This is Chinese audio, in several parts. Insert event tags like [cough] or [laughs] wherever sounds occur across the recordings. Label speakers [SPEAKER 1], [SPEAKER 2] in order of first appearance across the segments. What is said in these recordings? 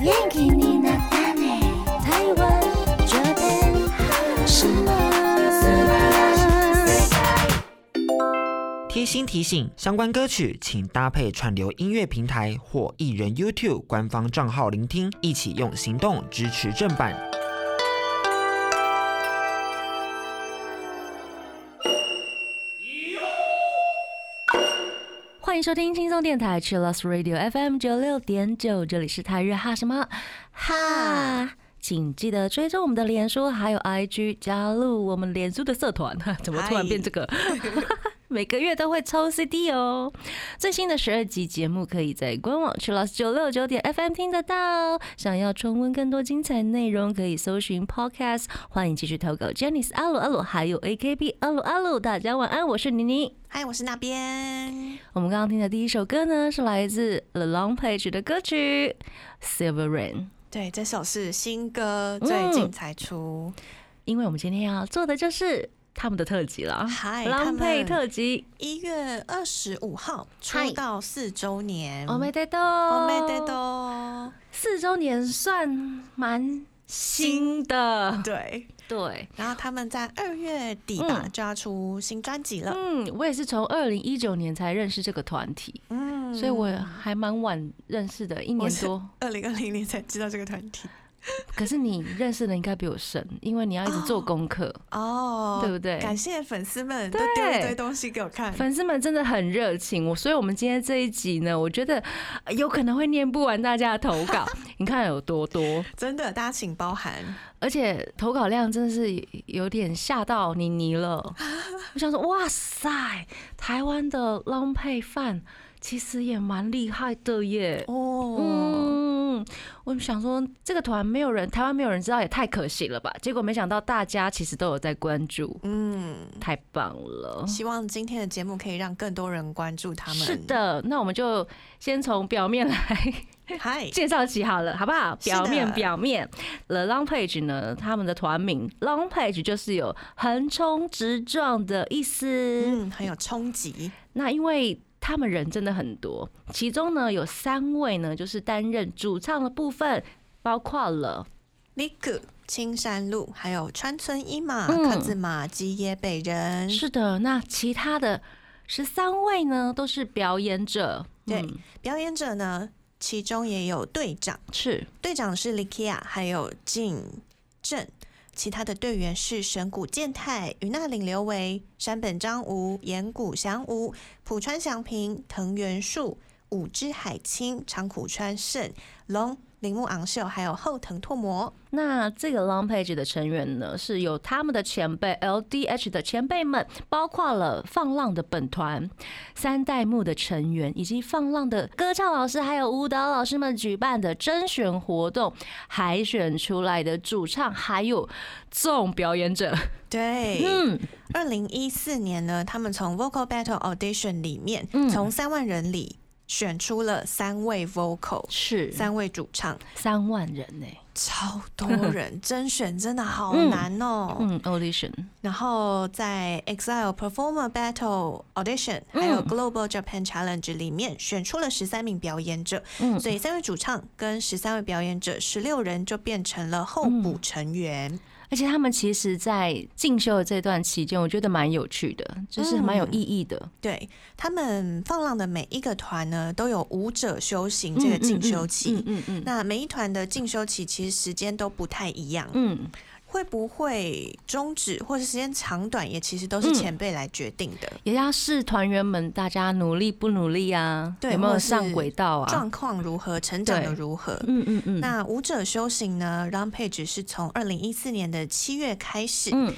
[SPEAKER 1] 元気になったね台湾这边什么素晴らしい
[SPEAKER 2] 贴心提醒：相关歌曲请搭配串流音乐平台或艺人 YouTube 官方账号聆听，一起用行动支持正版。
[SPEAKER 3] 欢迎收听轻松电台 c h i l l o s Radio FM 九六点九，这里是台日哈什么哈。请记得追踪我们的脸书还有 IG，加入我们脸书的社团。 [laughs] 怎么突然变这个？ [laughs] 每个月都会抽 CD 哦。最新的十二集节目可以在官网 c h i l l o s 九六九点 FM 听得到。想要重温更多精彩内容，可以搜寻 Podcast。欢迎继续投稿 j e n n i c e 阿鲁阿鲁，还有 AKB 阿鲁阿鲁。大家晚安，我是妮妮。
[SPEAKER 4] 嗨，我是那边。
[SPEAKER 3] 我们刚刚听的第一首歌呢，是来自 The Long Page 的歌曲《Silver Rain》。
[SPEAKER 4] 对，这首是新歌，
[SPEAKER 3] 嗯
[SPEAKER 4] 最近才出。
[SPEAKER 3] 因为我们今天要做的就是他们的特辑了，
[SPEAKER 4] 嗨他
[SPEAKER 3] 郎
[SPEAKER 4] 们
[SPEAKER 3] 配特辑。
[SPEAKER 4] 一、月二十五号
[SPEAKER 3] 嗨
[SPEAKER 4] 出道四周年。
[SPEAKER 3] 我没得到，
[SPEAKER 4] 我没得，
[SPEAKER 3] [laughs]
[SPEAKER 4] 到。
[SPEAKER 3] 四周年算蛮新的，
[SPEAKER 4] 对，
[SPEAKER 3] 对。
[SPEAKER 4] 然后他们在二月底吧、
[SPEAKER 3] 嗯
[SPEAKER 4] 就要出新专辑了。
[SPEAKER 3] 嗯，我也是从二零一九年才认识这个团体，
[SPEAKER 4] 嗯，
[SPEAKER 3] 所以我还蛮晚认识的，一
[SPEAKER 4] 我
[SPEAKER 3] 年
[SPEAKER 4] 是
[SPEAKER 3] 多。
[SPEAKER 4] 二零二零年才知道这个团体。
[SPEAKER 3] 可是你认识的应该比我深，因为你要一直做功课。
[SPEAKER 4] 哦，
[SPEAKER 3] 对不对
[SPEAKER 4] 感谢粉丝们都
[SPEAKER 3] 对
[SPEAKER 4] 丢一堆东西给我看。
[SPEAKER 3] 粉丝们真的很热情，我所以我们今天这一集呢，我觉得呃有可能会念不完大家的投稿， [laughs] 你看有多多，
[SPEAKER 4] 真的，大家请包涵。
[SPEAKER 3] 而且投稿量真的是有点吓到妮妮了。我想说，哇塞，台湾的浪配饭其实也蛮厉害的耶。
[SPEAKER 4] 哦，
[SPEAKER 3] 嗯，我想说这个团没有人，台湾没有人知道也太可惜了吧。结果没想到大家其实都有在关注，
[SPEAKER 4] 嗯，
[SPEAKER 3] 太棒了。
[SPEAKER 4] 希望今天的节目可以让更多人关注他们。
[SPEAKER 3] 是，的，那我们就先从表面来 [laughs]
[SPEAKER 4] 嗨，
[SPEAKER 3] 介绍起好了，好不好？
[SPEAKER 4] 是的
[SPEAKER 3] 表面表面，The Long Page 呢，他们的团名 Long Page 就是有横冲直撞的意思。
[SPEAKER 4] 嗯，很有冲击。
[SPEAKER 3] 那因为他们人真的很多，其中呢有三位呢就是担任主唱的部分，包括了
[SPEAKER 4] Liku、青山路，还有川村一马、
[SPEAKER 3] 嗯
[SPEAKER 4] 克子马、基耶北人，
[SPEAKER 3] 是的，那其他的十三位呢都是表演者，
[SPEAKER 4] 对
[SPEAKER 3] 嗯
[SPEAKER 4] 表演者呢，其中也有队长，
[SPEAKER 3] 是
[SPEAKER 4] 队长是 Likia，还有进正。其他的队员是神谷健太、与那岭流为、山本章吾、岩谷祥吾、浦川祥平、藤原树、五之海清、长谷川胜、龙、铃木昂秀，还有后藤拓磨。
[SPEAKER 3] 那这个 Long Page 的成员呢，是由他们的前辈 LDH 的前辈们，包括了放浪的本团、三代目的成员，以及放浪的歌唱老师还有舞蹈老师们举办的甄选活动，海选出来的主唱还有众表演者。
[SPEAKER 4] 对，
[SPEAKER 3] [laughs] 嗯，
[SPEAKER 4] 二零一四年呢，他们从 Vocal Battle Audition 里面，
[SPEAKER 3] 嗯
[SPEAKER 4] 从三万人里选出了三位 Vocal，
[SPEAKER 3] 是三
[SPEAKER 4] 三位主唱，
[SPEAKER 3] 三万人呢、
[SPEAKER 4] 超多
[SPEAKER 3] [laughs]
[SPEAKER 4] 人，甄选真的好难哦。
[SPEAKER 3] 嗯，audition
[SPEAKER 4] 然后在 Exile Performer Battle Audition 还有
[SPEAKER 3] 嗯
[SPEAKER 4] Global Japan Challenge 里面选出了十三名表演者，
[SPEAKER 3] 嗯
[SPEAKER 4] 所以三位主唱跟十三位表演者，十六人就变成了候
[SPEAKER 3] 嗯
[SPEAKER 4] 补成员。
[SPEAKER 3] 而且他们其实，在进修的这段期间，我觉得蛮有趣的，
[SPEAKER 4] 嗯
[SPEAKER 3] 就是蛮有意义的。
[SPEAKER 4] 对他们放浪的每一个团呢，都有舞者修行
[SPEAKER 3] 嗯
[SPEAKER 4] 这个进修期。
[SPEAKER 3] 嗯嗯嗯嗯
[SPEAKER 4] 那每一团的进修期其实时间都不太一样，
[SPEAKER 3] 嗯，
[SPEAKER 4] 会不会终止或者时间长短也其实都是
[SPEAKER 3] 嗯
[SPEAKER 4] 前辈来决定的。
[SPEAKER 3] 也要视团员们大家努力不努力啊，
[SPEAKER 4] 对
[SPEAKER 3] 有没有
[SPEAKER 4] 或是
[SPEAKER 3] 上轨道啊？
[SPEAKER 4] 状况如何，成长的
[SPEAKER 3] 对
[SPEAKER 4] 如何？
[SPEAKER 3] 嗯嗯嗯，
[SPEAKER 4] 那舞者修行呢？Rampage 是从二零一四年的七月开始，
[SPEAKER 3] 嗯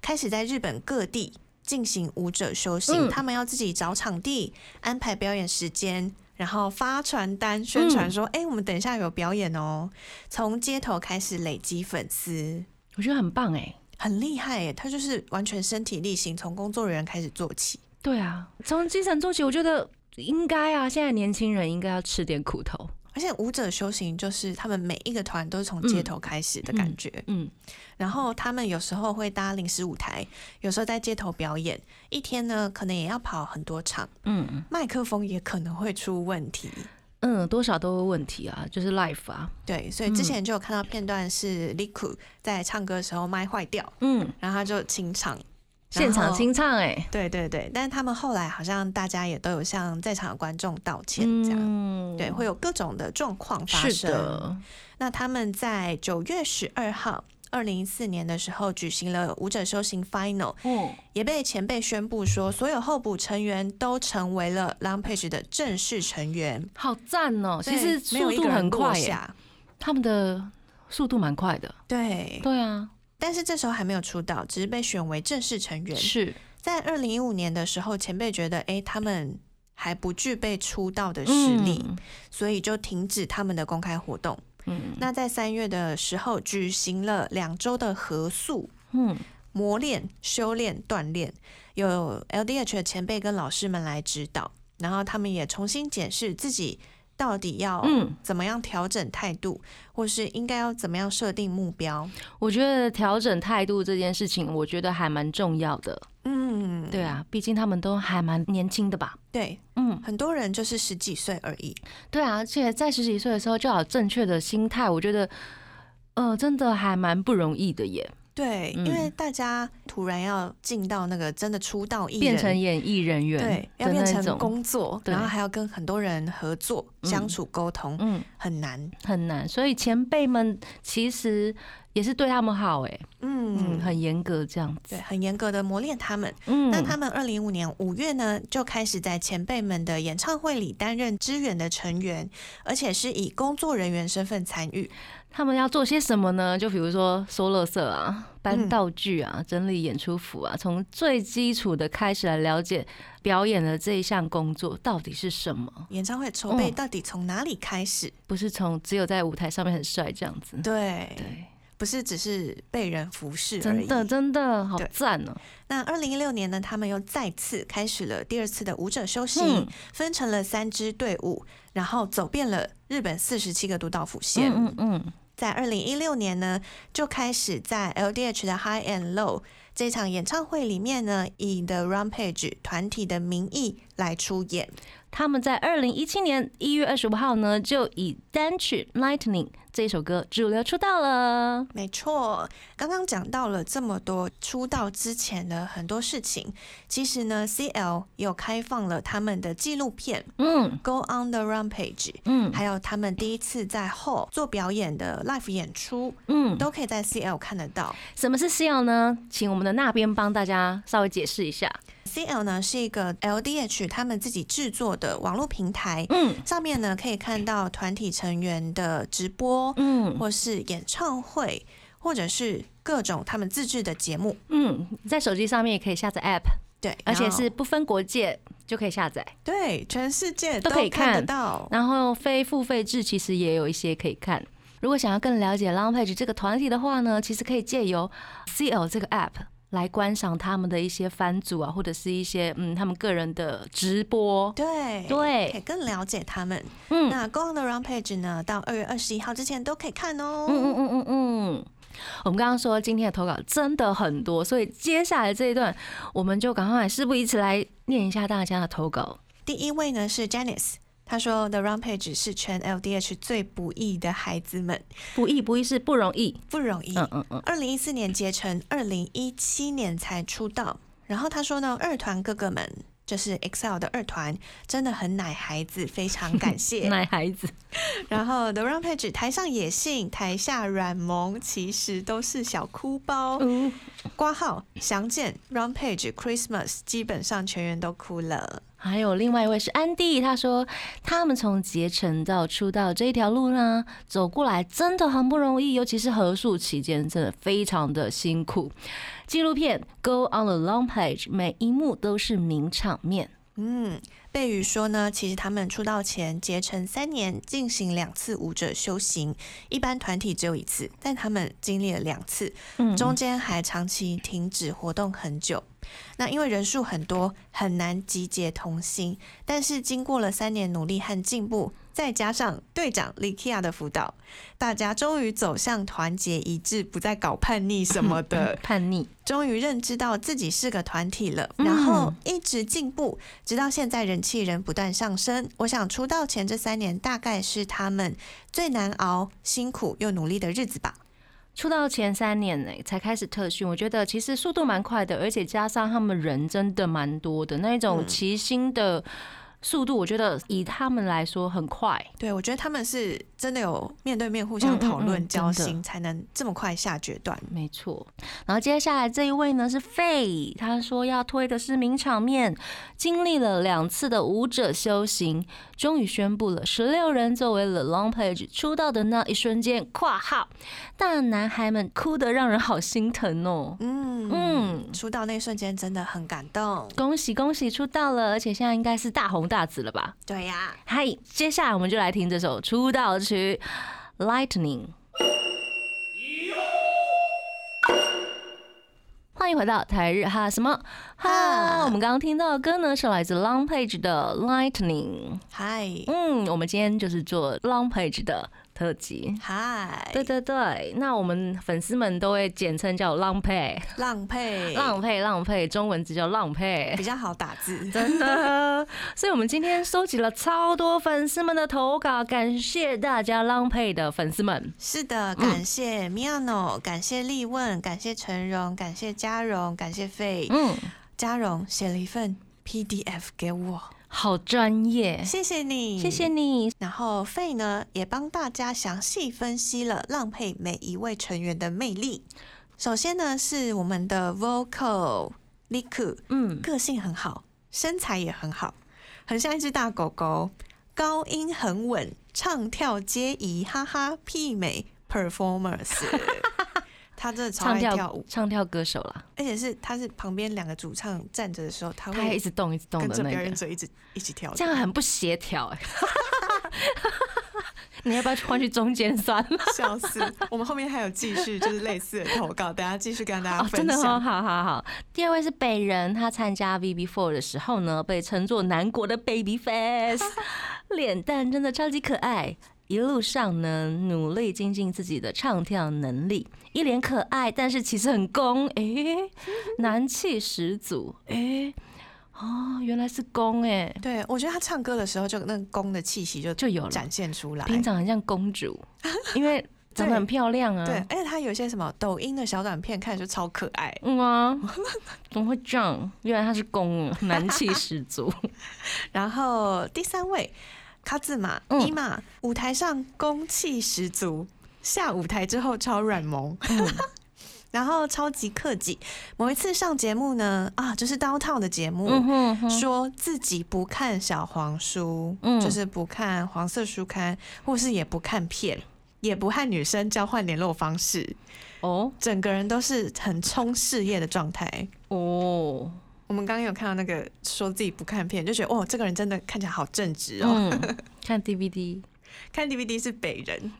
[SPEAKER 4] 开始在日本各地进行舞者修行，
[SPEAKER 3] 嗯
[SPEAKER 4] 他们要自己找场地、安排表演时间，然后发传单宣传说：“哎、我们等一下有表演哦。”从街头开始累积粉丝，
[SPEAKER 3] 我觉得很棒哎、
[SPEAKER 4] 很厉害耶！他就是完全身体力行，从工作人员开始做起。
[SPEAKER 3] 对啊，从基层做起，我觉得应该啊，现在年轻人应该要吃点苦头。
[SPEAKER 4] 而且舞者修行就是他们每一个团都是从街头开始的感觉，
[SPEAKER 3] 嗯，
[SPEAKER 4] 然后他们有时候会搭临时舞台，有时候在街头表演，一天呢可能也要跑很多场，
[SPEAKER 3] 嗯
[SPEAKER 4] 麦克风也可能会出问题。
[SPEAKER 3] 嗯嗯，多少都有问题啊，就是 life 啊，
[SPEAKER 4] 对，所以之前就有看到片段是 Liku 在唱歌的时候麦坏掉，
[SPEAKER 3] 嗯，
[SPEAKER 4] 然后他就清唱，
[SPEAKER 3] 现场
[SPEAKER 4] 清。
[SPEAKER 3] 清唱哎、
[SPEAKER 4] 对对对，但是他们后来好像大家也都有向在场的观众道歉，这样、
[SPEAKER 3] 嗯
[SPEAKER 4] 对，会有各种的状况发生。
[SPEAKER 3] 是的，
[SPEAKER 4] 那他们在九月十二号，二零一四年的时候举行了舞者修行 Final，
[SPEAKER 3] 嗯，
[SPEAKER 4] 也被前辈宣布说，所有候补成员都成为了 Rampage 的正式成员。
[SPEAKER 3] 好赞哦、
[SPEAKER 4] 所
[SPEAKER 3] 其
[SPEAKER 4] 以
[SPEAKER 3] 实
[SPEAKER 4] 没有
[SPEAKER 3] 速
[SPEAKER 4] 一
[SPEAKER 3] 度
[SPEAKER 4] 个人
[SPEAKER 3] 很
[SPEAKER 4] 落
[SPEAKER 3] 快耶、
[SPEAKER 4] 下
[SPEAKER 3] 他们的速度蛮快的。
[SPEAKER 4] 对，
[SPEAKER 3] 对啊，
[SPEAKER 4] 但是这时候还没有出道，只是被选为正式成员。
[SPEAKER 3] 是，
[SPEAKER 4] 在二零一五年的时候，前辈觉得，哎、他们还不具备出
[SPEAKER 3] 嗯
[SPEAKER 4] 道的实力，所以就停止他们的公开活动。
[SPEAKER 3] 嗯，
[SPEAKER 4] 那在三月的时候，举行了两周的合宿、
[SPEAKER 3] 嗯
[SPEAKER 4] 磨练、修炼、锻炼，有 LDH 的前辈跟老师们来指导，然后他们也重新检视自己到底要
[SPEAKER 3] 嗯，
[SPEAKER 4] 怎么样调整态度，或是应该要怎么样设定目标。
[SPEAKER 3] 我觉得调整态度这件事情，我觉得还蛮重要的。
[SPEAKER 4] 嗯，
[SPEAKER 3] 对啊，毕竟他们都还蛮年轻的吧。
[SPEAKER 4] 对，
[SPEAKER 3] 嗯，
[SPEAKER 4] 很多人就是十几岁而已。
[SPEAKER 3] 对啊，而且在十几岁的时候就有正确的心态，我觉得，呃，真的还蛮不容易的耶，
[SPEAKER 4] 对，
[SPEAKER 3] 嗯
[SPEAKER 4] 因为大家突然要进到那个真的出道艺人，
[SPEAKER 3] 变成演艺人员
[SPEAKER 4] 对，要
[SPEAKER 3] 的
[SPEAKER 4] 变
[SPEAKER 3] 那
[SPEAKER 4] 成
[SPEAKER 3] 种，
[SPEAKER 4] 工作，
[SPEAKER 3] 对
[SPEAKER 4] 然后还要跟很多人合作、
[SPEAKER 3] 嗯
[SPEAKER 4] 相处、沟通，
[SPEAKER 3] 嗯，
[SPEAKER 4] 很难。
[SPEAKER 3] 很难。所以前辈们其实也是对他们好，哎，
[SPEAKER 4] 嗯，
[SPEAKER 3] 嗯，很严格这样
[SPEAKER 4] 对，
[SPEAKER 3] 子。
[SPEAKER 4] 很严格的磨练他们。
[SPEAKER 3] 嗯，
[SPEAKER 4] 那他们二零一五年五月呢，就开始在前辈们的演唱会里担任支援的成员，而且是以工作人员身份参与。
[SPEAKER 3] 他们要做些什么呢？就比如说收垃圾
[SPEAKER 4] 嗯
[SPEAKER 3] 啊、搬道具啊、整理演出服啊，从最基础的开始来了解表演的这一项工作到底是什么，
[SPEAKER 4] 演唱会筹备
[SPEAKER 3] 嗯
[SPEAKER 4] 到底从哪里开始？
[SPEAKER 3] 不是从只有在舞台上面很帅这样子。
[SPEAKER 4] 对，
[SPEAKER 3] 对，
[SPEAKER 4] 不是只是被人服侍而
[SPEAKER 3] 真
[SPEAKER 4] 已。
[SPEAKER 3] 的真的好
[SPEAKER 4] 对
[SPEAKER 3] 赞哦、
[SPEAKER 4] 那二零一六年呢，他们又再次开始了第二次的舞者修行，
[SPEAKER 3] 嗯
[SPEAKER 4] 分成了三支队伍，然后走遍了日本四十七个都道府县。
[SPEAKER 3] 嗯嗯
[SPEAKER 4] 在二零一六年呢，就开始在 LDH 的 High and Low 这场演唱会里面呢，以 The Rampage 团体的名义来出演。
[SPEAKER 3] 嗯，他们在二零一七年一月二十五号呢，就以单曲《Lightning》这一首歌主流出道了。
[SPEAKER 4] 没错，刚刚讲到了这么多出道之前的很多事情，其实呢，CL 有开放了他们的纪录片
[SPEAKER 3] 嗯
[SPEAKER 4] 《Go on the Rampage》。
[SPEAKER 3] 嗯
[SPEAKER 4] 还有他们第一次在后做表演的 live 演出，
[SPEAKER 3] 嗯，
[SPEAKER 4] 都可以在 CL 看得到。
[SPEAKER 3] 什么是 CL 呢？请我们的那边帮大家稍微解释一下。
[SPEAKER 4] CL 呢是一个 LDH 他们自己制作的网络平台，
[SPEAKER 3] 嗯
[SPEAKER 4] 上面呢可以看到团体成员的直播，
[SPEAKER 3] 嗯，
[SPEAKER 4] 或是演唱会，或者是各种他们自制的节目。
[SPEAKER 3] 嗯，在手机上面也可以下载 App，
[SPEAKER 4] 对，
[SPEAKER 3] 而且
[SPEAKER 4] 然后
[SPEAKER 3] 是不分国界就可以下载。
[SPEAKER 4] 对全世界
[SPEAKER 3] 都可以
[SPEAKER 4] 看得
[SPEAKER 3] 看
[SPEAKER 4] 到。
[SPEAKER 3] 然后非付费制其实也有一些可以看。如果想要更了解 Longpage 这个团体的话呢，其实可以借由 CL 这个 App 来观赏他们的一些番组啊，或者是一些嗯他们个人的直播。
[SPEAKER 4] 对
[SPEAKER 3] 对
[SPEAKER 4] 可以更了解他们。
[SPEAKER 3] 嗯嗯
[SPEAKER 4] 那 Go on the Rampage 呢，到二月二十一号之前都可以看哦。
[SPEAKER 3] 嗯嗯嗯嗯。我们刚刚说今天的投稿真的很多，所以接下来这一段我们就赶快事不宜迟来念一下大家的投稿。
[SPEAKER 4] 第一位呢是 Janice，她说 The Rampage 是全 LDH 最不易的孩子们，
[SPEAKER 3] 不易不易是不容易。
[SPEAKER 4] 不容易。
[SPEAKER 3] 嗯嗯嗯。
[SPEAKER 4] 二零一四年结成，二零一七年才出道。然后她说呢，二团哥哥们。就是 EXILE 的二团真的很奶孩子，非常感谢。
[SPEAKER 3] [laughs] 奶孩子，
[SPEAKER 4] 然后 The Rampage 台上野性，台下软萌，其实都是小哭包。
[SPEAKER 3] 嗯，
[SPEAKER 4] 挂号详见 Rampage Christmas，基本上全员都哭了。
[SPEAKER 3] 还有另外一位是安迪，他说他们从结成到出道这一条路呢，走过来真的很不容易，尤其是合宿期间，真的非常的辛苦。纪录片《Go on the Long Page》每一幕都是名场面，
[SPEAKER 4] 嗯，贝宇说呢，其实他们出道前结成三年，进行两次舞者修行，一般团体只有一次，但他们经历了两次，
[SPEAKER 3] 嗯，
[SPEAKER 4] 中间还长期停止活动很久。那因为人数很多，很难集结同心。但是经过了三年努力和进步，再加上队长 Likia 的辅导，大家终于走向团结一致，不再搞叛逆什么的
[SPEAKER 3] 叛逆，
[SPEAKER 4] [laughs] 终于认知到自己是个团体了，
[SPEAKER 3] 嗯
[SPEAKER 4] 然后一直进步，直到现在人气仍不断上升。我想出道前这三年大概是他们最难熬、辛苦又努力的日子吧。
[SPEAKER 3] 出道前三年呢、才开始特训，我觉得其实速度蛮快的，而且加上他们人真的蛮多的，那一种齐心的速度，我觉得以他们来说很快。
[SPEAKER 4] 对，我觉得他们是真的有面对面互相讨
[SPEAKER 3] 嗯嗯
[SPEAKER 4] 论
[SPEAKER 3] 嗯真的
[SPEAKER 4] 交心，才能这么快下决断。
[SPEAKER 3] 没错，然后接下来这一位呢是费，他说要推的是名场面，经历了两次的舞者修行，终于宣布了十六人作为 The Long Page 出道的那一瞬间（括号），大男孩们哭得让人好心疼哦。
[SPEAKER 4] 嗯
[SPEAKER 3] 嗯
[SPEAKER 4] 出道那一瞬间真的很感动。
[SPEAKER 3] 恭喜恭喜出道了，而且现在应该是大红大紫了吧？
[SPEAKER 4] 对呀、
[SPEAKER 3] 嗨，接下来我们就来听这首出道曲《Lightning》。欢迎回到台日哈什么哈？
[SPEAKER 4] 哈
[SPEAKER 3] 我们刚刚听到的歌呢，是来自 Long Page 的《Lightning》。
[SPEAKER 4] 嗨
[SPEAKER 3] 嗯，我们今天就是做 Long Page 的特辑。
[SPEAKER 4] 嗨，
[SPEAKER 3] 对对对，那我们粉丝们都会简称叫浪配，
[SPEAKER 4] 浪配
[SPEAKER 3] 浪配，浪配，中文字叫浪配
[SPEAKER 4] 比。较好打字，
[SPEAKER 3] 真的。所以我们今天收集了超多粉丝们的投稿，感谢大家浪配的粉丝们。
[SPEAKER 4] 是的，
[SPEAKER 3] 嗯
[SPEAKER 4] 感谢 Miano，、感谢立问，感谢陈荣，感谢嘉荣，感谢费。
[SPEAKER 3] 嗯，
[SPEAKER 4] 嘉荣写了一份 PDF 给我，
[SPEAKER 3] 好专业，
[SPEAKER 4] 谢谢你，
[SPEAKER 3] 哎谢谢。你。
[SPEAKER 4] 然后费呢也帮大家详细分析了浪配每一位成员的魅力。首先呢是我们的 Vocal Liku，
[SPEAKER 3] 嗯，
[SPEAKER 4] 个性很好，身材也很好，很像一只大狗狗，高音很稳，唱跳皆宜，哈哈，媲美 performance。他真的超
[SPEAKER 3] 唱
[SPEAKER 4] 爱
[SPEAKER 3] 跳
[SPEAKER 4] 跳舞，
[SPEAKER 3] 唱跳歌手啦，
[SPEAKER 4] 而且是他是旁边两个主唱站着的时候，他
[SPEAKER 3] 他还一
[SPEAKER 4] 会
[SPEAKER 3] 直动一直动
[SPEAKER 4] 跟
[SPEAKER 3] 的
[SPEAKER 4] 着
[SPEAKER 3] 那
[SPEAKER 4] 表演
[SPEAKER 3] 个，
[SPEAKER 4] 者一直一起跳的。
[SPEAKER 3] 这样很不协调
[SPEAKER 4] [laughs]
[SPEAKER 3] 哎。 [laughs] 你要不要去换去中间算了？
[SPEAKER 4] [laughs] 笑死！我们后面还有继续就是类似的投稿，等下继续跟大家
[SPEAKER 3] 哦，真
[SPEAKER 4] 分
[SPEAKER 3] 的哦，
[SPEAKER 4] 享。
[SPEAKER 3] 好好好。第二位是北人，他参加 VB Four 的时候呢，被称作南国的 Baby
[SPEAKER 4] [laughs]
[SPEAKER 3] Face，脸蛋真的超级可爱。一路上呢，努力精进自己的唱跳能力，一脸可爱，但是其实很攻， [laughs] 诶、男气十足，
[SPEAKER 4] [laughs]
[SPEAKER 3] 诶、哦，原来是攻诶、
[SPEAKER 4] 对，我觉得他唱歌的时候，就那个宫的气息就
[SPEAKER 3] 就有了。
[SPEAKER 4] 展现出来。
[SPEAKER 3] 平常很像公
[SPEAKER 4] [laughs]
[SPEAKER 3] 主，因为长得很漂亮啊。
[SPEAKER 4] 对，，而且他有一些什么抖音的小短片，看着就超可爱。
[SPEAKER 3] 嗯啊，怎么会这样？原来她是攻啊，男气十足。
[SPEAKER 4] 然后第三位，卡兹玛
[SPEAKER 3] 嗯
[SPEAKER 4] 伊玛，舞台上攻气十足，下舞台之后超软萌，
[SPEAKER 3] 嗯
[SPEAKER 4] [laughs] 然后超级克己。某一次上节目呢，啊，就是刀套的节目，
[SPEAKER 3] 嗯哼嗯哼。
[SPEAKER 4] 说自己不看小黄书，
[SPEAKER 3] 嗯
[SPEAKER 4] 就是不看黄色书刊，或是也不看片，也不和女生交换联络方式，
[SPEAKER 3] 哦
[SPEAKER 4] 整个人都是很冲事业的状态。
[SPEAKER 3] 哦，
[SPEAKER 4] 我们刚刚有看到那个说自己不看片，就觉得哦，这个人真的看起来好正直哦。
[SPEAKER 3] 嗯， [laughs] 看 DVD
[SPEAKER 4] 看 DVD 是北人，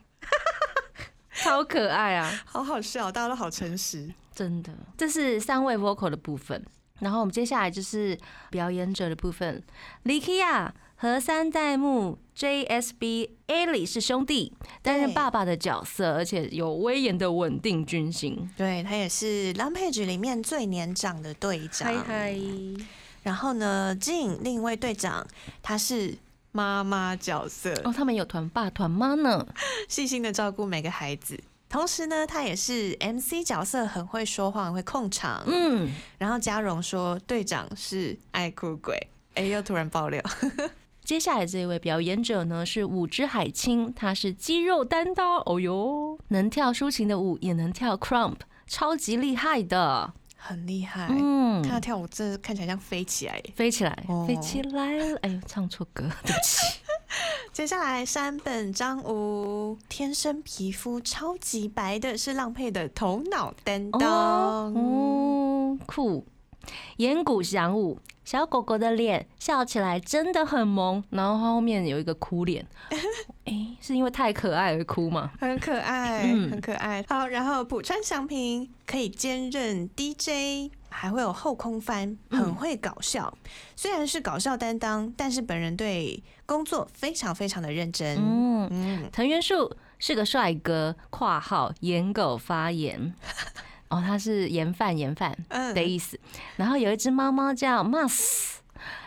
[SPEAKER 3] 超可爱啊，
[SPEAKER 4] 好好笑，大家都好诚实。
[SPEAKER 3] 真的。这是三位 vocal 的部分，然后我们接下来就是表演者的部分。Likia 和三代目 JSB Ali 是兄弟，担任
[SPEAKER 4] 对
[SPEAKER 3] 爸爸的角色，而且有威严的稳定军心。
[SPEAKER 4] 对他也是 l a m p a g e 里面最年长的队长。然后呢，Jin 另一位队长，他是妈妈角色，
[SPEAKER 3] 哦，他们有团爸团妈呢。
[SPEAKER 4] 细心的照顾每个孩子。同时呢，他也是 MC 角色，很会说话，很会控场。
[SPEAKER 3] 嗯，
[SPEAKER 4] 然后嘉荣说，队长是爱哭鬼。哎，又突然爆料， [laughs]
[SPEAKER 3] 接下来这一位表演者呢是五之海清，他是肌肉担当，哦哟，能跳抒情的舞，也能跳 crump，超级厉害的。
[SPEAKER 4] 很厉害。
[SPEAKER 3] 嗯
[SPEAKER 4] 哎看他跳舞，真的看起来像飞起来耶。
[SPEAKER 3] 飞起来，
[SPEAKER 4] 哦
[SPEAKER 3] 飞起来了！哎呦，唱错歌，对不起。
[SPEAKER 4] 接下来，山本张吾天生皮肤超级白的是浪配的 [laughs]
[SPEAKER 3] 哦
[SPEAKER 4] 头脑担当。
[SPEAKER 3] 嗯哦，酷！岩谷翔武小狗狗的脸笑起来真的很萌，然后后面有一个哭脸，
[SPEAKER 4] [laughs]
[SPEAKER 3] 哎、是因为太可爱而哭吗？
[SPEAKER 4] 很可爱，
[SPEAKER 3] 嗯
[SPEAKER 4] 很可爱。好，然后浦川祥平可以兼任 DJ，还会有后空翻，很会搞笑。虽然是搞笑担当，但是本人对工作非常非常的认真。嗯
[SPEAKER 3] 嗯，藤原树是个帅哥（括号颜狗发言）， [laughs] 哦，他是盐饭盐饭
[SPEAKER 4] 嗯
[SPEAKER 3] 的意思。然后有一只猫猫叫 Mas，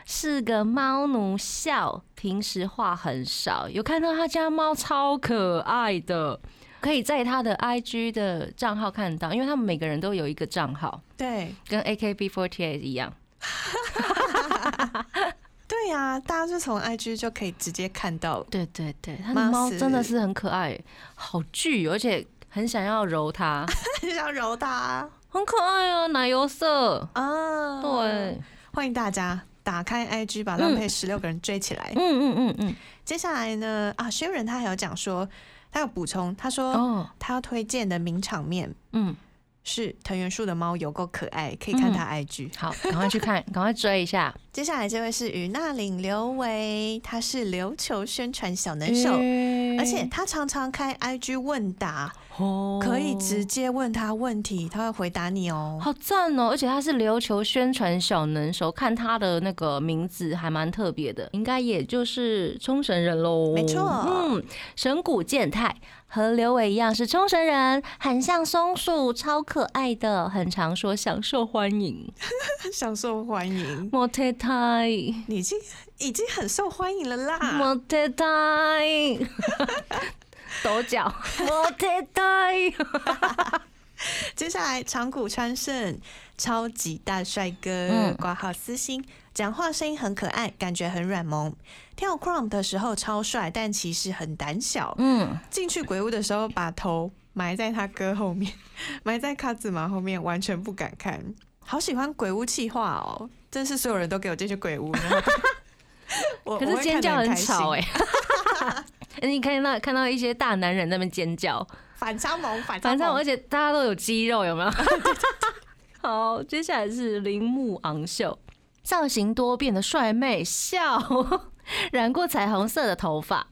[SPEAKER 3] 是个猫奴笑，平时话很少。有看到他家猫超可爱的，可以在他的 IG 的账号看到，因为他们每个人都有一个账号，
[SPEAKER 4] 对
[SPEAKER 3] 跟 AKB48 一样。
[SPEAKER 4] 对呀、大家就从 IG 就可以直接看到。 [laughs]
[SPEAKER 3] 对对对，他的
[SPEAKER 4] Mas
[SPEAKER 3] 猫真的是很可爱，好巨，而且很想要揉它。
[SPEAKER 4] 就要揉它
[SPEAKER 3] 很可爱啊，奶油色。
[SPEAKER 4] 啊！
[SPEAKER 3] 对，，嗯
[SPEAKER 4] 欢迎大家打开 IG，把浪费十六个人追起来。
[SPEAKER 3] 嗯嗯嗯，
[SPEAKER 4] 接下来呢，啊，薛仁他还有讲说，他有补充，他说
[SPEAKER 3] 哦，
[SPEAKER 4] 他要推荐的名场面
[SPEAKER 3] 嗯，
[SPEAKER 4] 是藤原树的猫有够可爱，可以看他 IG。 [laughs]
[SPEAKER 3] 好，赶快去看，赶快追一下。
[SPEAKER 4] 嗯接下来这位是于那岭刘维，他是琉球宣传小能手。
[SPEAKER 3] 嗯
[SPEAKER 4] 而且他常常开 IG 问答，
[SPEAKER 3] 哦
[SPEAKER 4] 可以直接问他问题，他会回答你 [laughs] 哦。
[SPEAKER 3] 好赞哦！而且他是琉球宣传小能手，看他的那个名字还蛮特别的，应该也就是冲绳人喽。
[SPEAKER 4] 没错
[SPEAKER 3] 嗯，神谷健太和刘伟一样是冲绳人，很像松鼠，超可爱的，很常说享受欢
[SPEAKER 4] [laughs]
[SPEAKER 3] 迎。
[SPEAKER 4] 享受欢迎，
[SPEAKER 3] 莫太太，
[SPEAKER 4] 你已经已经很受欢迎了啦。
[SPEAKER 3] 莫太太，
[SPEAKER 4] [laughs]
[SPEAKER 3] 抖脚，莫太太。
[SPEAKER 4] 接下来长谷川胜，超级大帅哥
[SPEAKER 3] 嗯，
[SPEAKER 4] 挂号私心，讲话声音很可爱，感觉很软萌。跳 crom 的时候超帅，但其实很胆小。
[SPEAKER 3] 嗯，
[SPEAKER 4] 进去鬼屋的时候，把头埋在他哥后面， [laughs] 埋在卡子玛后面，完全不敢看。好喜欢鬼屋气化哦！真是所有人都给我进去鬼屋。然后 [laughs] 我
[SPEAKER 3] 可
[SPEAKER 4] 我
[SPEAKER 3] 是
[SPEAKER 4] 会
[SPEAKER 3] 尖
[SPEAKER 4] 看得
[SPEAKER 3] 叫很
[SPEAKER 4] 开心
[SPEAKER 3] 吵
[SPEAKER 4] [laughs]
[SPEAKER 3] 哎、欸。你看到看到一些大男人在那边尖叫，
[SPEAKER 4] 反差萌，反差
[SPEAKER 3] 反
[SPEAKER 4] 萌，
[SPEAKER 3] 正而且大家都有肌肉，有没
[SPEAKER 4] [laughs]
[SPEAKER 3] 有？好，接下来是铃木昂秀，造型多变的帅妹笑，染过彩虹色的头发。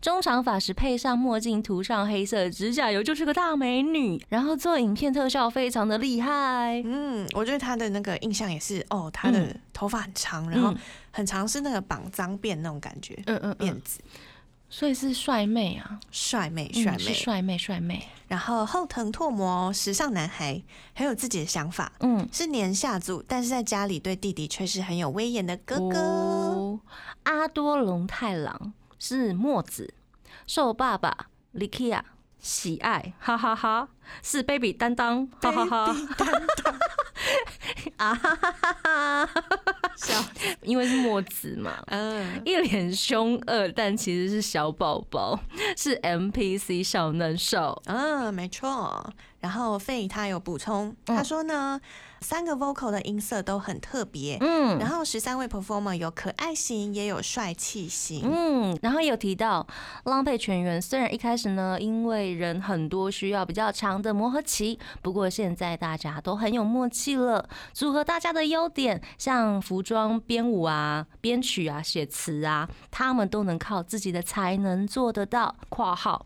[SPEAKER 3] 中长发时配上墨镜，涂上黑色指甲油，就是个大美女。然后做影片特效非常的厉害，
[SPEAKER 4] 嗯，我对他的那个印象也是，哦，他的头发很长，然后很长是那个绑脏辫那种感觉，
[SPEAKER 3] 嗯嗯
[SPEAKER 4] 辫，子，
[SPEAKER 3] 所以是帅妹啊，
[SPEAKER 4] 帅妹，
[SPEAKER 3] 嗯
[SPEAKER 4] 帅
[SPEAKER 3] 是
[SPEAKER 4] 妹。
[SPEAKER 3] 帅妹，帅妹，
[SPEAKER 4] 然后后藤拓磨，时尚男孩，很有自己的想法，
[SPEAKER 3] 嗯，
[SPEAKER 4] 是年下族，但是在家里对弟弟却是很有威严的哥哥。
[SPEAKER 3] 哦、阿多龙太郎是墨子，受爸爸 Likia 喜爱，哈哈哈是 baby 担当，哈哈哈
[SPEAKER 4] Baby 担当，
[SPEAKER 3] 啊哈哈哈哈，
[SPEAKER 4] 笑死，
[SPEAKER 3] 因为是墨子嘛。
[SPEAKER 4] 嗯，
[SPEAKER 3] 一脸凶恶，但其实是小宝宝，是 NPC 小能手。
[SPEAKER 4] 嗯，没错。然后费他有补充，
[SPEAKER 3] 嗯
[SPEAKER 4] 他说呢，三个 vocal 的音色都很特别，
[SPEAKER 3] 嗯
[SPEAKER 4] 然后十三位 performer 有可爱型，也有帅气型，
[SPEAKER 3] 嗯，然后也有提到浪费全员，虽然一开始呢，因为人很多，需要比较长的磨合期，不过现在大家都很有默契了。组合大家的优点，像服装、编舞啊、编曲啊、写词啊，他们都能靠自己的才能做得到。（括号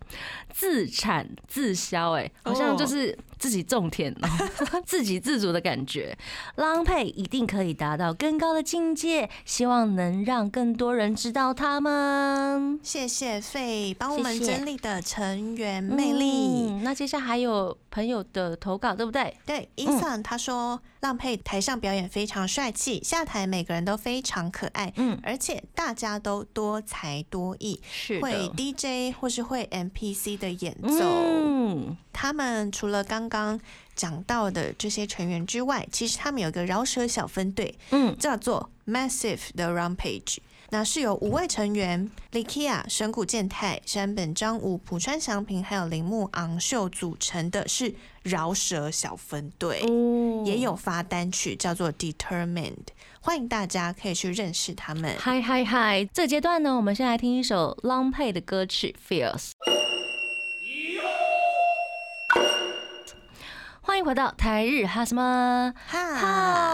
[SPEAKER 3] 自产自销）哎，好像就是自己种田哦， [laughs] 自给自足的感觉。浪配一定可以达到更高的境界，希望能让更多人知道他们。
[SPEAKER 4] 谢谢费帮我们
[SPEAKER 3] 谢谢
[SPEAKER 4] 整理的成员魅力。
[SPEAKER 3] 嗯那接下来还有朋友的投稿，对不对？
[SPEAKER 4] 对，伊桑他说，浪佩台上表演非常帅气，下台每个人都非常可爱，
[SPEAKER 3] 嗯，
[SPEAKER 4] 而且大家都多才多艺，
[SPEAKER 3] 是
[SPEAKER 4] 会 DJ 或是会 NPC 的演奏。
[SPEAKER 3] 嗯，
[SPEAKER 4] 他们除了刚刚讲到的这些成员之外，其实他们有一个饶舌小分队，
[SPEAKER 3] 嗯，
[SPEAKER 4] 叫做 Massive 的 Rampage。那是有五位成员 l i k i a 神谷健太、山本彰吾、浦川祥平还有铃木昂秀组成的，是饶舌小分队。
[SPEAKER 3] 哦
[SPEAKER 4] 也有发单曲叫做 Determined，欢迎大家可以去认识他们。
[SPEAKER 3] 嗨嗨嗨！这阶段呢，我们先来听一首 Long Pay 的歌曲《Feels》。欢迎回到台日哈什么哈，我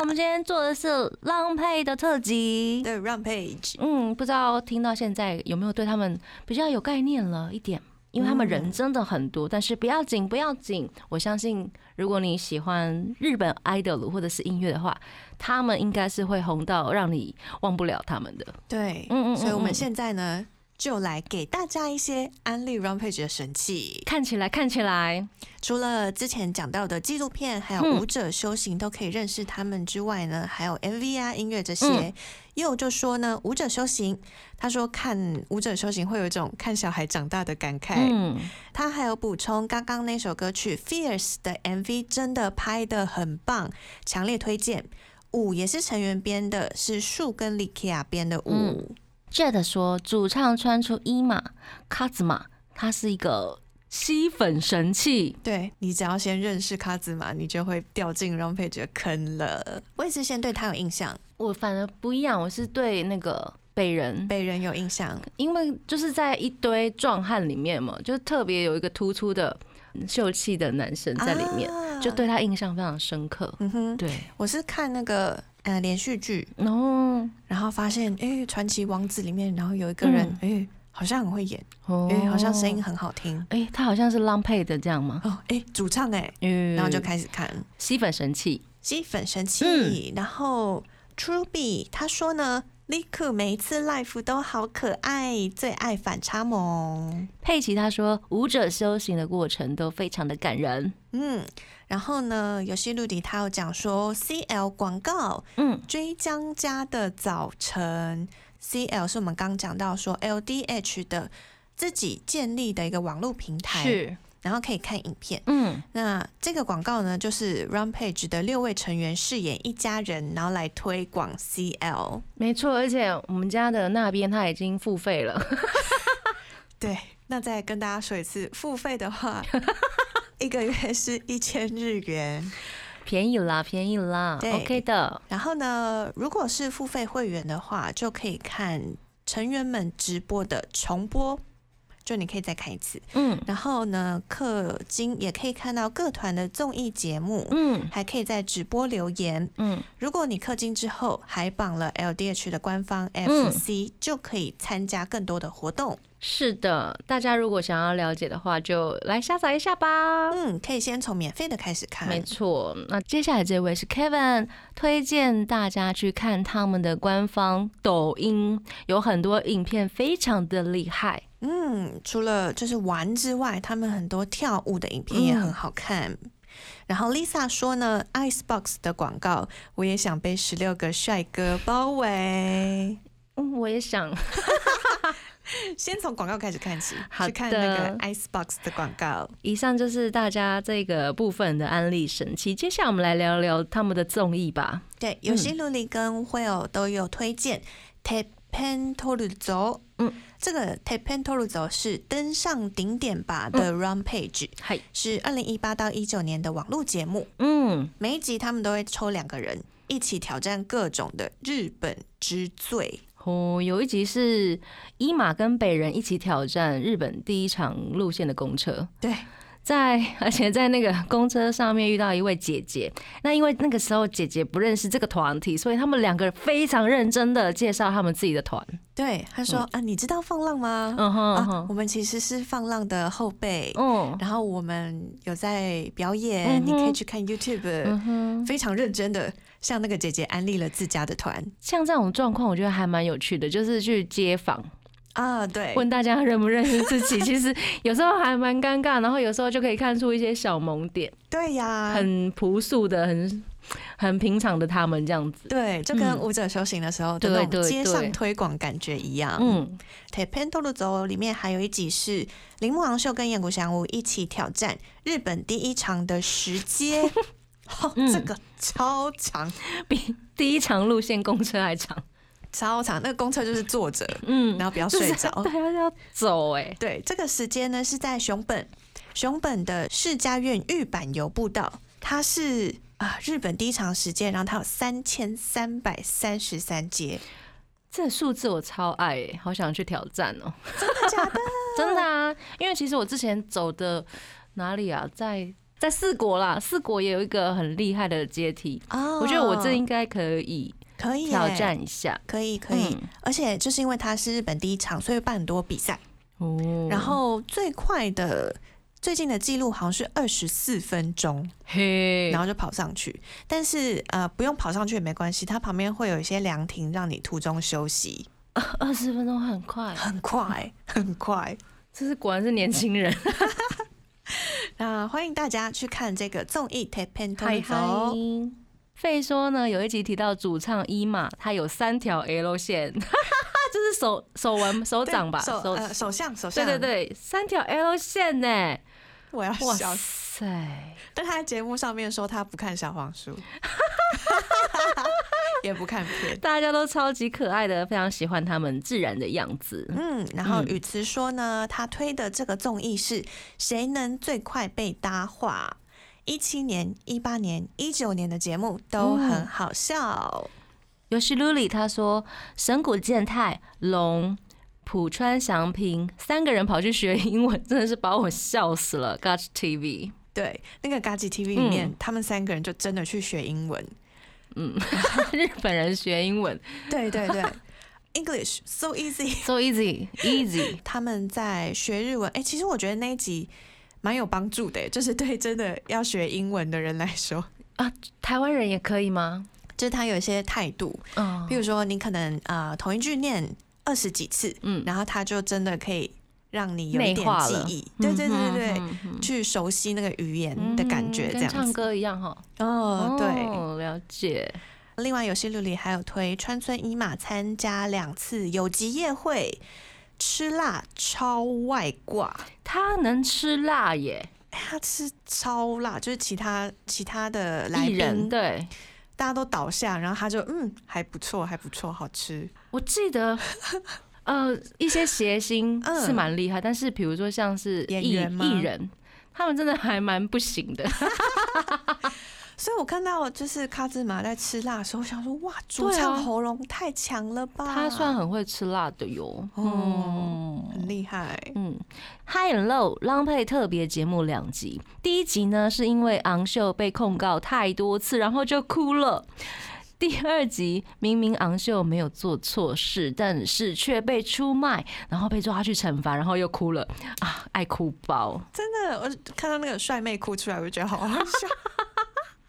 [SPEAKER 4] 哈
[SPEAKER 3] 们今天做的是浪配的特辑。
[SPEAKER 4] ，The Rampage，
[SPEAKER 3] 嗯，不知道听到现在有没有对他们比较有概念了一点，因为他们人真的很多，但是不要紧，不要紧。我相信，如果你喜欢日本 idol 或者是音乐的话，他们应该是会红到让你忘不了他们的。
[SPEAKER 4] 对，
[SPEAKER 3] 嗯嗯嗯
[SPEAKER 4] 所以我
[SPEAKER 3] 嗯
[SPEAKER 4] 们现在呢，就来给大家一些安利 Rampage 的神器。
[SPEAKER 3] 看起来，看起来，
[SPEAKER 4] 除了之前讲到的纪录片，还有
[SPEAKER 3] 嗯
[SPEAKER 4] 舞者修行都可以认识他们之外呢，还有 MV 啊、音乐这些。
[SPEAKER 3] 嗯
[SPEAKER 4] 也有就说呢，舞者修行，他说看舞者修行会有一种看小孩长大的感慨。
[SPEAKER 3] 嗯，
[SPEAKER 4] 他还有补充，刚刚那首歌曲《Fierce》的 MV 真的拍的很棒，强烈推荐。舞也是成员编的，是树跟 Likia 编的舞。
[SPEAKER 3] 嗯 Jet 说，主唱穿出伊玛卡兹玛，他是一个吸粉神器。
[SPEAKER 4] 对你只要先认识卡兹玛，你就会掉进 Rampage 的坑了。我也是先对他有印象，
[SPEAKER 3] 我反而不一样，我是对那个北人，
[SPEAKER 4] 被人有印象。
[SPEAKER 3] 因为就是在一堆壮汉里面嘛，就特别有一个突出的秀气的男生在里面，
[SPEAKER 4] 啊
[SPEAKER 3] 就对他印象非常深刻。
[SPEAKER 4] 嗯哼，
[SPEAKER 3] 对，
[SPEAKER 4] 我是看那个呃连续剧，
[SPEAKER 3] 然后
[SPEAKER 4] 然后发现哎，诶传奇王子里面，然后有一个人哎、诶好像很会演，
[SPEAKER 3] 哦
[SPEAKER 4] 哎、好像声音，很好听
[SPEAKER 3] 哎、他好像是浪配的这样吗？
[SPEAKER 4] 哦，哎、主唱哎、诶
[SPEAKER 3] 嗯，
[SPEAKER 4] 然后就开始看
[SPEAKER 3] 吸粉神器，
[SPEAKER 4] 吸粉神器，然后 Truby 他说呢。Liku 每一次 live 都好可爱，最爱反差萌。
[SPEAKER 3] 佩奇他说，舞者修行的过程都非常的感人。
[SPEAKER 4] 嗯，然后呢，有些路迪他有讲说，CL 广告
[SPEAKER 3] 嗯，
[SPEAKER 4] 追江家的早晨，CL 是我们刚讲到说 LDH 的自己建立的一个网络平台，，
[SPEAKER 3] 是，
[SPEAKER 4] 然后可以看影片。
[SPEAKER 3] 嗯，
[SPEAKER 4] 那这个广告呢，就是 Rampage 的六位成员饰演一家人，然后来推广 CL。
[SPEAKER 3] 没错，而且我们家的那边他已经付费了，
[SPEAKER 4] 对， [laughs] 那再跟大家说一次，付费的话，一个月是一千日元。
[SPEAKER 3] [laughs] 便宜啦，便宜啦
[SPEAKER 4] 对
[SPEAKER 3] ，OK 的。
[SPEAKER 4] 然后呢，如果是付费会员的话，就可以看成员们直播的重播，就你可以再看一次。
[SPEAKER 3] 嗯
[SPEAKER 4] 然后呢，氪金也可以看到各团的综艺节目，
[SPEAKER 3] 嗯
[SPEAKER 4] 还可以在直播留言。
[SPEAKER 3] 嗯，
[SPEAKER 4] 如果你氪金之后还绑了 LDH 的官方 FC，、就可以参加更多的活动。
[SPEAKER 3] 是的，大家如果想要了解的话，就来下载一下吧。
[SPEAKER 4] 嗯，可以先从免费的开始
[SPEAKER 3] 没
[SPEAKER 4] 看。
[SPEAKER 3] 错，那接下来这位是 Kevin，推荐大家去看他们的官方抖音，有很多影片非常的厉害。
[SPEAKER 4] 嗯，除了就是玩之外，他们很多跳舞的影片也很好看。然后 Lisa 说呢，Icebox 的广告，我也想被十六个帅哥包围。
[SPEAKER 3] 嗯，我也想，
[SPEAKER 4] [laughs] 先从广告开始看起，
[SPEAKER 3] 好
[SPEAKER 4] 去看那个
[SPEAKER 3] 的
[SPEAKER 4] Icebox 的广告。
[SPEAKER 3] 以上就是大家这个部分的案例神器。接下来我们来聊聊他们的综艺吧。
[SPEAKER 4] 对，有些路里跟 Will 都有推荐 Tepen Toruzo。
[SPEAKER 3] 嗯，
[SPEAKER 4] 这个 Tepen Toruzo 是登上顶点吧的 Rampage，、
[SPEAKER 3] 嗨，
[SPEAKER 4] 是二零一八到一九年的网络节目。
[SPEAKER 3] 嗯，
[SPEAKER 4] 每一集他们都会抽两个人一起挑战各种的日本之最。
[SPEAKER 3] 哦，有一集是伊马跟北人一起挑战日本第一场路线的公车，
[SPEAKER 4] 对，
[SPEAKER 3] 在而且在那个公车上面遇到一位姐姐。那因为那个时候姐姐不认识这个团体，所以他们两个非常认真的介绍他们自己的团。
[SPEAKER 4] 对，他说、啊，你知道放浪吗？
[SPEAKER 3] 嗯哼嗯
[SPEAKER 4] 啊，
[SPEAKER 3] 哼，
[SPEAKER 4] 我们其实是放浪的后辈。
[SPEAKER 3] 嗯
[SPEAKER 4] 然后我们有在表演，你可以去看 YouTube，、
[SPEAKER 3] 嗯哼，
[SPEAKER 4] 非常认真的向那个姐姐安利了自家的团
[SPEAKER 3] 像这种状况，我觉得还蛮有趣的，就是去街访。
[SPEAKER 4] 啊，对，
[SPEAKER 3] 问大家认不认识自
[SPEAKER 4] [laughs]
[SPEAKER 3] 己，其实有时候还蛮尴尬，然后有时候就可以看出一些小萌点，
[SPEAKER 4] 对呀，
[SPEAKER 3] 很朴素的、很很平常的他们这样子。
[SPEAKER 4] 对，就跟舞者修行的时候的那
[SPEAKER 3] 嗯对
[SPEAKER 4] 种
[SPEAKER 3] 对
[SPEAKER 4] 街
[SPEAKER 3] 对
[SPEAKER 4] 上推广感觉一样。
[SPEAKER 3] 嗯，
[SPEAKER 4] 《Tepen t o r u z o 里面还有一集是铃木昂秀跟岩谷祥吾一起挑战日本第一场的
[SPEAKER 3] [laughs]
[SPEAKER 4] 时间。哦，
[SPEAKER 3] 嗯
[SPEAKER 4] 这个超长
[SPEAKER 3] 比第一场路线公车还长。
[SPEAKER 4] 超长，那个公车就是坐着，
[SPEAKER 3] 嗯，
[SPEAKER 4] 然后不要
[SPEAKER 3] 就
[SPEAKER 4] 睡
[SPEAKER 3] 是
[SPEAKER 4] 着。
[SPEAKER 3] [laughs] 对啊，要走哎、
[SPEAKER 4] 对，这个时间呢是在熊本，熊本的世家院御板游步道，它是啊日本第一长时间，然后它有三千三百三十
[SPEAKER 3] [laughs]
[SPEAKER 4] 三节，
[SPEAKER 3] 这数字我超爱、欸，好想去挑战哦、
[SPEAKER 4] 真的假的？
[SPEAKER 3] 真的啊，因为其实我之前走的哪里啊，在在四国啦，四国也有一个很厉害的阶梯，
[SPEAKER 4] 哦
[SPEAKER 3] 我觉得我这应该可以
[SPEAKER 4] 可以耶
[SPEAKER 3] 挑，战嗯一下。
[SPEAKER 4] 可以可以。而且就是因为它是日本第一场，所以办很多比赛。
[SPEAKER 3] 嗯，哦
[SPEAKER 4] 然后最快的最近的记录好像是二十四分钟，
[SPEAKER 3] 嘿，
[SPEAKER 4] 然后就跑上去。但是呃，不用跑上去也没关系，它旁边会有一些凉亭让你途中休息。
[SPEAKER 3] [laughs] 二十分钟很快，[laughs]
[SPEAKER 4] 很快，很快。
[SPEAKER 3] 这是果然是年轻人。
[SPEAKER 4] 那欢迎大家去看这个综艺《t e p e n t
[SPEAKER 3] [laughs] [laughs]
[SPEAKER 4] o
[SPEAKER 3] 嗨嗨。费说呢，有一集提到主唱伊玛，他有三条 L 线， [laughs] 哈哈哈，就是手手纹手掌吧，
[SPEAKER 4] 手
[SPEAKER 3] 手
[SPEAKER 4] 呃手相手
[SPEAKER 3] 对
[SPEAKER 4] 相，
[SPEAKER 3] 对，对，三条 L 线呢，
[SPEAKER 4] 我要
[SPEAKER 3] 哇
[SPEAKER 4] 笑死。
[SPEAKER 3] 塞，
[SPEAKER 4] 但他在节目上面说他不看小黄
[SPEAKER 3] [laughs]
[SPEAKER 4] 书，也不看片。
[SPEAKER 3] 大家都超级可爱的，非常喜欢他们自然的样子。
[SPEAKER 4] 嗯，然后
[SPEAKER 3] 嗯
[SPEAKER 4] 宇慈说呢，他推的这个综艺是谁能最快被搭话？一七年、一八年、一九年的节目都很好笑。
[SPEAKER 3] 尤西鲁里他说，神谷健太、龙、浦川祥平三个人跑去学英文，真的是把我笑死了。Got TV，
[SPEAKER 4] 对，那个嘎吉 TV 里面，
[SPEAKER 3] 嗯
[SPEAKER 4] 他们三个人就真的去学英文。
[SPEAKER 3] [laughs] 日本人学英文
[SPEAKER 4] 对对对 [laughs] ，English so easy。
[SPEAKER 3] so easy easy，
[SPEAKER 4] 他们在学日文，哎、其实我觉得那一集蛮有帮助的耶，就是对真的要学英文的人来说，
[SPEAKER 3] 台湾人也可以吗？
[SPEAKER 4] 就是他有一些态度，
[SPEAKER 3] 嗯
[SPEAKER 4] 比如说你可能呃同一句念二十几次，
[SPEAKER 3] 嗯，
[SPEAKER 4] 然后他就真的可以让你有一
[SPEAKER 3] 内
[SPEAKER 4] 点
[SPEAKER 3] 化
[SPEAKER 4] 记
[SPEAKER 3] 了
[SPEAKER 4] 忆，对对对对对，
[SPEAKER 3] 嗯哼
[SPEAKER 4] 去熟悉那个语言的感觉，
[SPEAKER 3] 嗯跟
[SPEAKER 4] 这样
[SPEAKER 3] 唱
[SPEAKER 4] 子。
[SPEAKER 3] 歌一样哈。
[SPEAKER 4] 哦，对。
[SPEAKER 3] 哦了解。
[SPEAKER 4] 另外，游戏录里还有推川村一马参加两次有机夜会，吃辣超外挂。
[SPEAKER 3] 他能吃辣耶，
[SPEAKER 4] 他吃超辣，就是其他其他的来
[SPEAKER 3] 艺人
[SPEAKER 4] 宾，
[SPEAKER 3] 对。
[SPEAKER 4] 大家都倒下，然后他就嗯还不错，还不错，好吃。
[SPEAKER 3] 我记得，呃，一些谐星
[SPEAKER 4] [laughs] 嗯
[SPEAKER 3] 是蛮厉害，但是比如说像是
[SPEAKER 4] 演
[SPEAKER 3] 艺
[SPEAKER 4] 员吗
[SPEAKER 3] 艺人，他们真的还蛮不行的。
[SPEAKER 4] 所以我看到就是卡兹玛在吃辣的时候，我想说哇，主唱喉咙太强了吧？
[SPEAKER 3] 啊他算很会吃辣的哟。
[SPEAKER 4] 哦
[SPEAKER 3] 嗯
[SPEAKER 4] 很厉害，
[SPEAKER 3] 嗯，High and Low 浪配特别节目两集，第一集呢是因为昂秀被控告太多次，然后就哭了。第二集明明昂秀没有做错事，但是却被出卖，然后被抓去惩罚，然后又哭了啊，爱哭包。
[SPEAKER 4] 真的，我看到那个帅妹哭出来，我就觉得好好笑。 [laughs]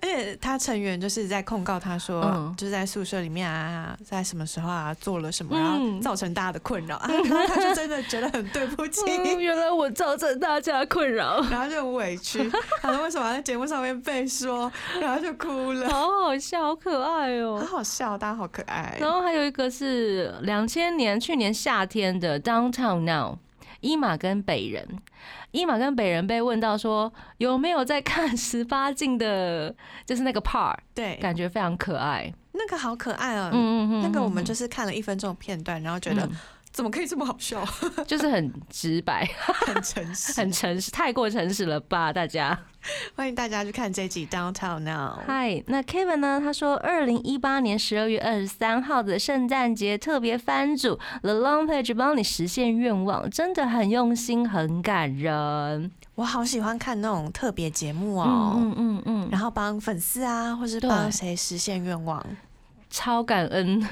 [SPEAKER 4] 而且他成员就是在控告他说，
[SPEAKER 3] 嗯
[SPEAKER 4] 就是在宿舍里面啊，在什么时候啊做了什么，
[SPEAKER 3] 嗯
[SPEAKER 4] 然后造成大家的困 [laughs] 扰、啊，然后他就真的觉得很对不起。
[SPEAKER 3] 嗯，原来我造成大家困扰，
[SPEAKER 4] 然后就很委屈，他说为什么要在节目上面被说，然后就哭了，
[SPEAKER 3] [laughs] 好好笑，好可爱
[SPEAKER 4] 好
[SPEAKER 3] 哦。
[SPEAKER 4] 好笑，大家好可爱。
[SPEAKER 3] 然后还有一个是两千年去年夏天的 Downtown Now，伊玛跟北人，伊玛跟北人被问到说有没有在看十八禁的，就是那个 part，
[SPEAKER 4] 对，
[SPEAKER 3] 感觉非常可爱。
[SPEAKER 4] 那个好可爱哦、
[SPEAKER 3] 哎嗯嗯嗯，
[SPEAKER 4] 那个我们
[SPEAKER 3] 嗯
[SPEAKER 4] 就是看了一分钟的片段，然后觉得、怎么可以这么好 [laughs] 笑，
[SPEAKER 3] 嗯就是很直白，
[SPEAKER 4] 很诚实。
[SPEAKER 3] 很诚实，太过诚实了吧，大家。
[SPEAKER 4] 欢迎大家去看这集 Downtown Now。
[SPEAKER 3] [laughs] 嗨，那 Kevin 呢？他说，二零一八年十二月二十三号的圣诞节特别番组 The Long Page 帮你实现愿望，真的很用心，很感人。
[SPEAKER 4] 我好喜欢看那种特别节目哦。
[SPEAKER 3] 嗯嗯嗯嗯，
[SPEAKER 4] 然后帮粉丝啊，或是
[SPEAKER 3] 对
[SPEAKER 4] 帮谁实现愿望，
[SPEAKER 3] 超感 [laughs] 恩，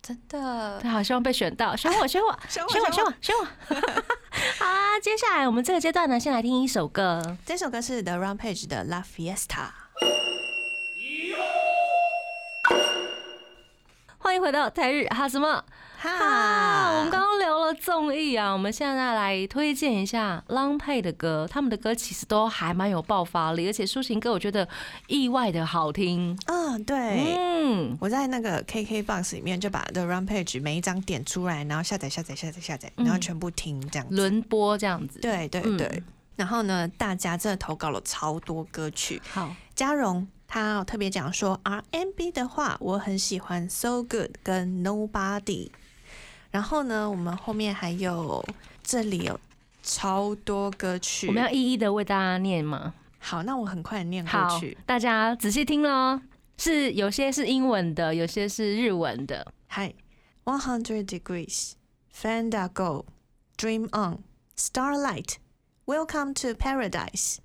[SPEAKER 4] 真的。
[SPEAKER 3] 他好希望被选到，选
[SPEAKER 4] [laughs]
[SPEAKER 3] 我，选我，
[SPEAKER 4] 选我
[SPEAKER 3] 选我，
[SPEAKER 4] 选
[SPEAKER 3] 选
[SPEAKER 4] 我
[SPEAKER 3] 我，选我。 [laughs] 好啊，接下来我们这个阶段呢，先来听一首歌。
[SPEAKER 4] 这首歌是 The Rampage 的《La Fiesta》。
[SPEAKER 3] 欢迎回到台日哈什么
[SPEAKER 4] 啊
[SPEAKER 3] 哈？我们刚刚聊了综艺啊，我们现在来推荐一下浪配的歌，他们的歌其实都还蛮有爆发力，而且抒情歌我觉得意外的好听。
[SPEAKER 4] 嗯，对。
[SPEAKER 3] 嗯
[SPEAKER 4] 我在那个 KK Box 里面就把 The Rampage 每一张点出来，然后下载、下载、下载、下载，然后
[SPEAKER 3] 嗯
[SPEAKER 4] 全部听这样子。
[SPEAKER 3] 轮播这样子。
[SPEAKER 4] 对对
[SPEAKER 3] 嗯
[SPEAKER 4] 对。然后呢，大家真的投稿了超多歌曲。
[SPEAKER 3] 好，
[SPEAKER 4] 嘉荣他有特别讲说 RMB 的话，我很喜欢 So Good 跟 Nobody。然后呢，我们后面还有这里有超多歌曲。
[SPEAKER 3] 我们要一一的为大家念吗？
[SPEAKER 4] 好，那我很快念过
[SPEAKER 3] 好
[SPEAKER 4] 去。，
[SPEAKER 3] 大家仔细听喽。是有些是英文的，有些是日文的。
[SPEAKER 4] 嗨，One Hundred Degrees, Fandango, Dream On, Starlight, Welcome to Paradise,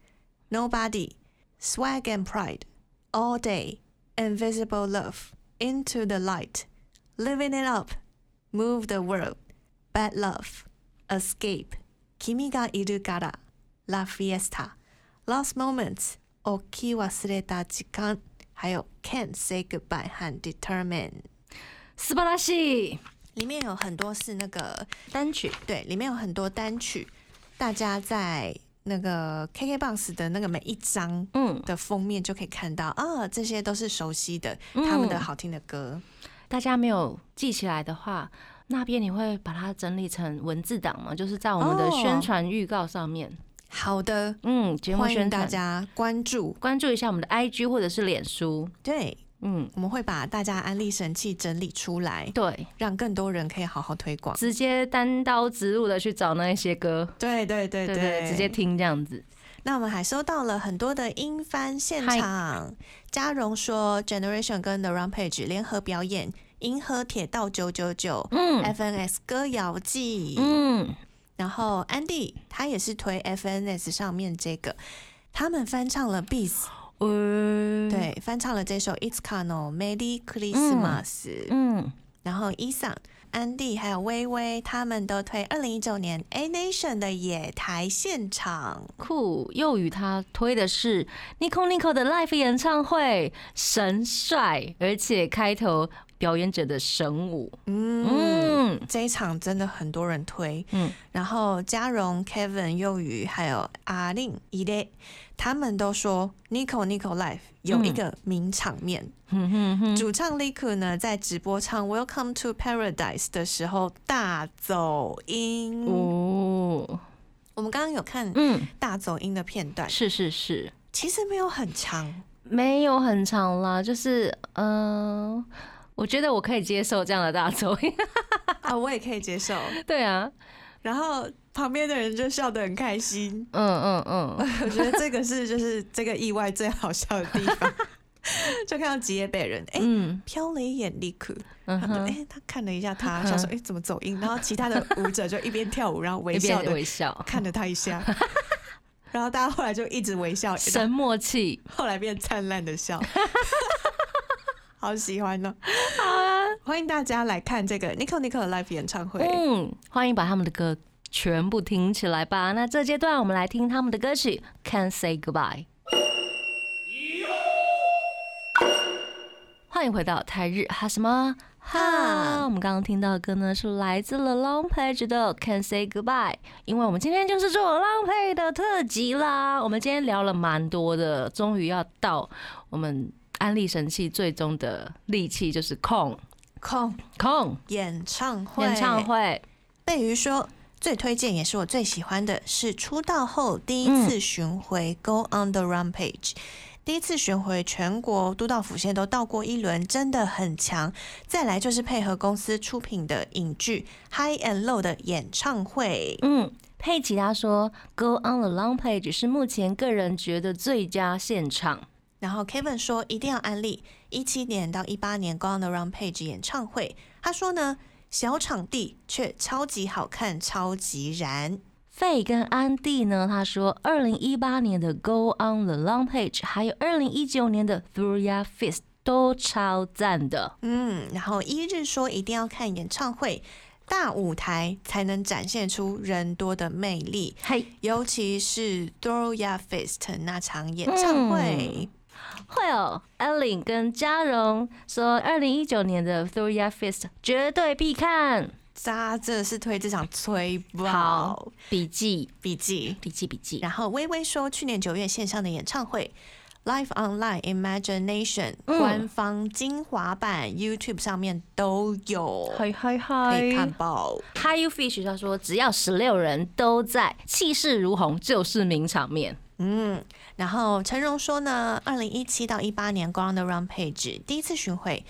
[SPEAKER 4] Nobody、Swag and Pride、All Day、Invisible Love、Into the Light、Living It Up、Move the World、Bad Love、Escape、君がいるから、La Fiesta、Last Moments、置き忘れた時間、还有 Can't Say Goodbye 和 Determine。
[SPEAKER 3] 斯巴拉西
[SPEAKER 4] 里面有很多是那个
[SPEAKER 3] 单曲，
[SPEAKER 4] 对，里面有很多单曲，大家在那个 KKBOX 的那个每一张
[SPEAKER 3] 嗯，
[SPEAKER 4] 的封面就可以看到啊，这些都是熟悉的，他们的
[SPEAKER 3] 嗯
[SPEAKER 4] 好听的歌。
[SPEAKER 3] 大家没有记起来的话，那边你会把它整理成文字档吗？就是在我们的
[SPEAKER 4] 哦
[SPEAKER 3] 宣传预告上面，
[SPEAKER 4] 好的，
[SPEAKER 3] 嗯，节目
[SPEAKER 4] 欢
[SPEAKER 3] 宣
[SPEAKER 4] 迎大
[SPEAKER 3] 传，
[SPEAKER 4] 家关注，
[SPEAKER 3] 关注一下我们的 IG 或者是脸书，
[SPEAKER 4] 对，
[SPEAKER 3] 嗯，
[SPEAKER 4] 我们会把大家安利神器整理出来，
[SPEAKER 3] 对，
[SPEAKER 4] 让更多人可以好好推广。
[SPEAKER 3] 直接单刀直入的去找那一些歌，
[SPEAKER 4] 对对对
[SPEAKER 3] 对对，直接。听这样子。
[SPEAKER 4] 那我们还收到了很多的英翻现场，嘉荣说 Generation 跟 The Rampage 联合表演《银河铁道九九九》
[SPEAKER 3] 嗯
[SPEAKER 4] FNS 歌谣季，
[SPEAKER 3] 嗯，
[SPEAKER 4] 然后安迪他也是推 FNS 上面这个，他们翻唱了 b e a s
[SPEAKER 3] 呃，，
[SPEAKER 4] 对，翻唱了这首 It's Cano Merry Christmas，、
[SPEAKER 3] 嗯，
[SPEAKER 4] 然后伊桑、安迪还有微微他们都推二零一九年 A Nation 的野台现场，
[SPEAKER 3] 酷。又与他推的是 Nico Nico 的 Live 演唱会，神帅，而且开头表演者的神舞，
[SPEAKER 4] 嗯。
[SPEAKER 3] 嗯，
[SPEAKER 4] 这一场真的很多人推，
[SPEAKER 3] 嗯
[SPEAKER 4] 嗯，然后嘉荣、Kevin、幼宇还有阿令、伊雷，他们都说 Nico Nico Live 有一个名场面。
[SPEAKER 3] 嗯哼哼哼，
[SPEAKER 4] 主唱 Liku 呢，在直播唱《Welcome to Paradise》的时候大走音。
[SPEAKER 3] 哦，
[SPEAKER 4] 我们刚刚有看
[SPEAKER 3] 嗯，
[SPEAKER 4] 大走音的片段，
[SPEAKER 3] 是是是，
[SPEAKER 4] 其实没有很
[SPEAKER 3] [laughs]
[SPEAKER 4] 长，
[SPEAKER 3] 没有很长啦，就是嗯、呃我觉得我可以接受这样的大走音，
[SPEAKER 4] 啊，我也可以接受。
[SPEAKER 3] [laughs] 对啊，
[SPEAKER 4] 然后旁边的人就笑得很开心，
[SPEAKER 3] 嗯嗯。嗯
[SPEAKER 4] 我觉得这个是就是这个意外最好笑的地方。就看到吉野北人，哎、
[SPEAKER 3] 嗯
[SPEAKER 4] 瞟了一眼 Liku，
[SPEAKER 3] 嗯
[SPEAKER 4] 他就
[SPEAKER 3] [laughs]
[SPEAKER 4] 哎、
[SPEAKER 3] 哼，嗯
[SPEAKER 4] 他看了一下他，想说哎、怎么走音，然后其他的舞者就一边跳舞，然后微
[SPEAKER 3] 一
[SPEAKER 4] 笑
[SPEAKER 3] 边
[SPEAKER 4] 的
[SPEAKER 3] 微笑，
[SPEAKER 4] 看了他一下， [laughs] 然后大家后来就一直微笑，
[SPEAKER 3] 神默契，
[SPEAKER 4] 后来变灿烂的笑， [laughs] 好喜欢哦！
[SPEAKER 3] 啊
[SPEAKER 4] 欢迎大家来看这个 Nico Nico Live 演唱会。
[SPEAKER 3] 嗯，欢迎把他们的歌全部听起来吧。那这阶段我们来听他们的歌曲《Can't Say Goodbye》。欢迎回到台日哈什么哈？
[SPEAKER 4] 哈
[SPEAKER 3] 我们刚刚听到的歌呢，是来自了 Long Page 的《Can't Say Goodbye》，因为我们今天就是做 Long Page 的特辑啦。我们今天聊了蛮多的，终于要到我们安利神器最终的利器，就是控
[SPEAKER 4] 空
[SPEAKER 3] 控
[SPEAKER 4] 演唱会，
[SPEAKER 3] 演唱。会。
[SPEAKER 4] 贝鱼说。最推荐也是我最喜欢的是出道后第一次巡回《Go on the Rampage》，第一次巡回全国都道府县都到过一轮，真的很强。再来就是配合公司出品的影剧《High and Low》的演唱会，
[SPEAKER 3] 嗯，佩奇他说《Go on the Long Page》是目前个人觉得最佳现场。
[SPEAKER 4] 然后 Kevin 说一定要安利一七年到一八年 Go on the Run Page 演唱会。他说呢，小场地却超级好看，超级燃。
[SPEAKER 3] 费跟安迪呢，他说二零一八年的《Go on the Long Page》，还有二零一九年的《Through Your Fist》都超赞的。
[SPEAKER 4] 嗯，然后一日说一定要看演唱会，大舞台才能展现出人多的魅力，
[SPEAKER 3] 嘿，
[SPEAKER 4] 尤其是 Throw Ya Fist 那场演唱
[SPEAKER 3] 嗯
[SPEAKER 4] 会。
[SPEAKER 3] 会哦。Ellen 跟嘉荣说，二零一九年的《Through Your Fist》绝对必看。
[SPEAKER 4] 渣真的是推这场吹
[SPEAKER 3] 好
[SPEAKER 4] 爆，
[SPEAKER 3] 笔记，
[SPEAKER 4] 笔记。
[SPEAKER 3] 笔记，笔记。
[SPEAKER 4] 然后微微说，去年九月线上的演唱会。Live Online Imagination
[SPEAKER 3] 嗯
[SPEAKER 4] 官方精华版、YouTube 上面都有，
[SPEAKER 3] 嗨嗨
[SPEAKER 4] 可以
[SPEAKER 3] 嗨
[SPEAKER 4] 看爆。
[SPEAKER 3] ！Hi You Fish 他说，只要十六人都在，气势如虹，就是名场面。
[SPEAKER 4] 嗯，然后陈荣说呢，二零一七到一八年 Ground Round Page 第一次巡回，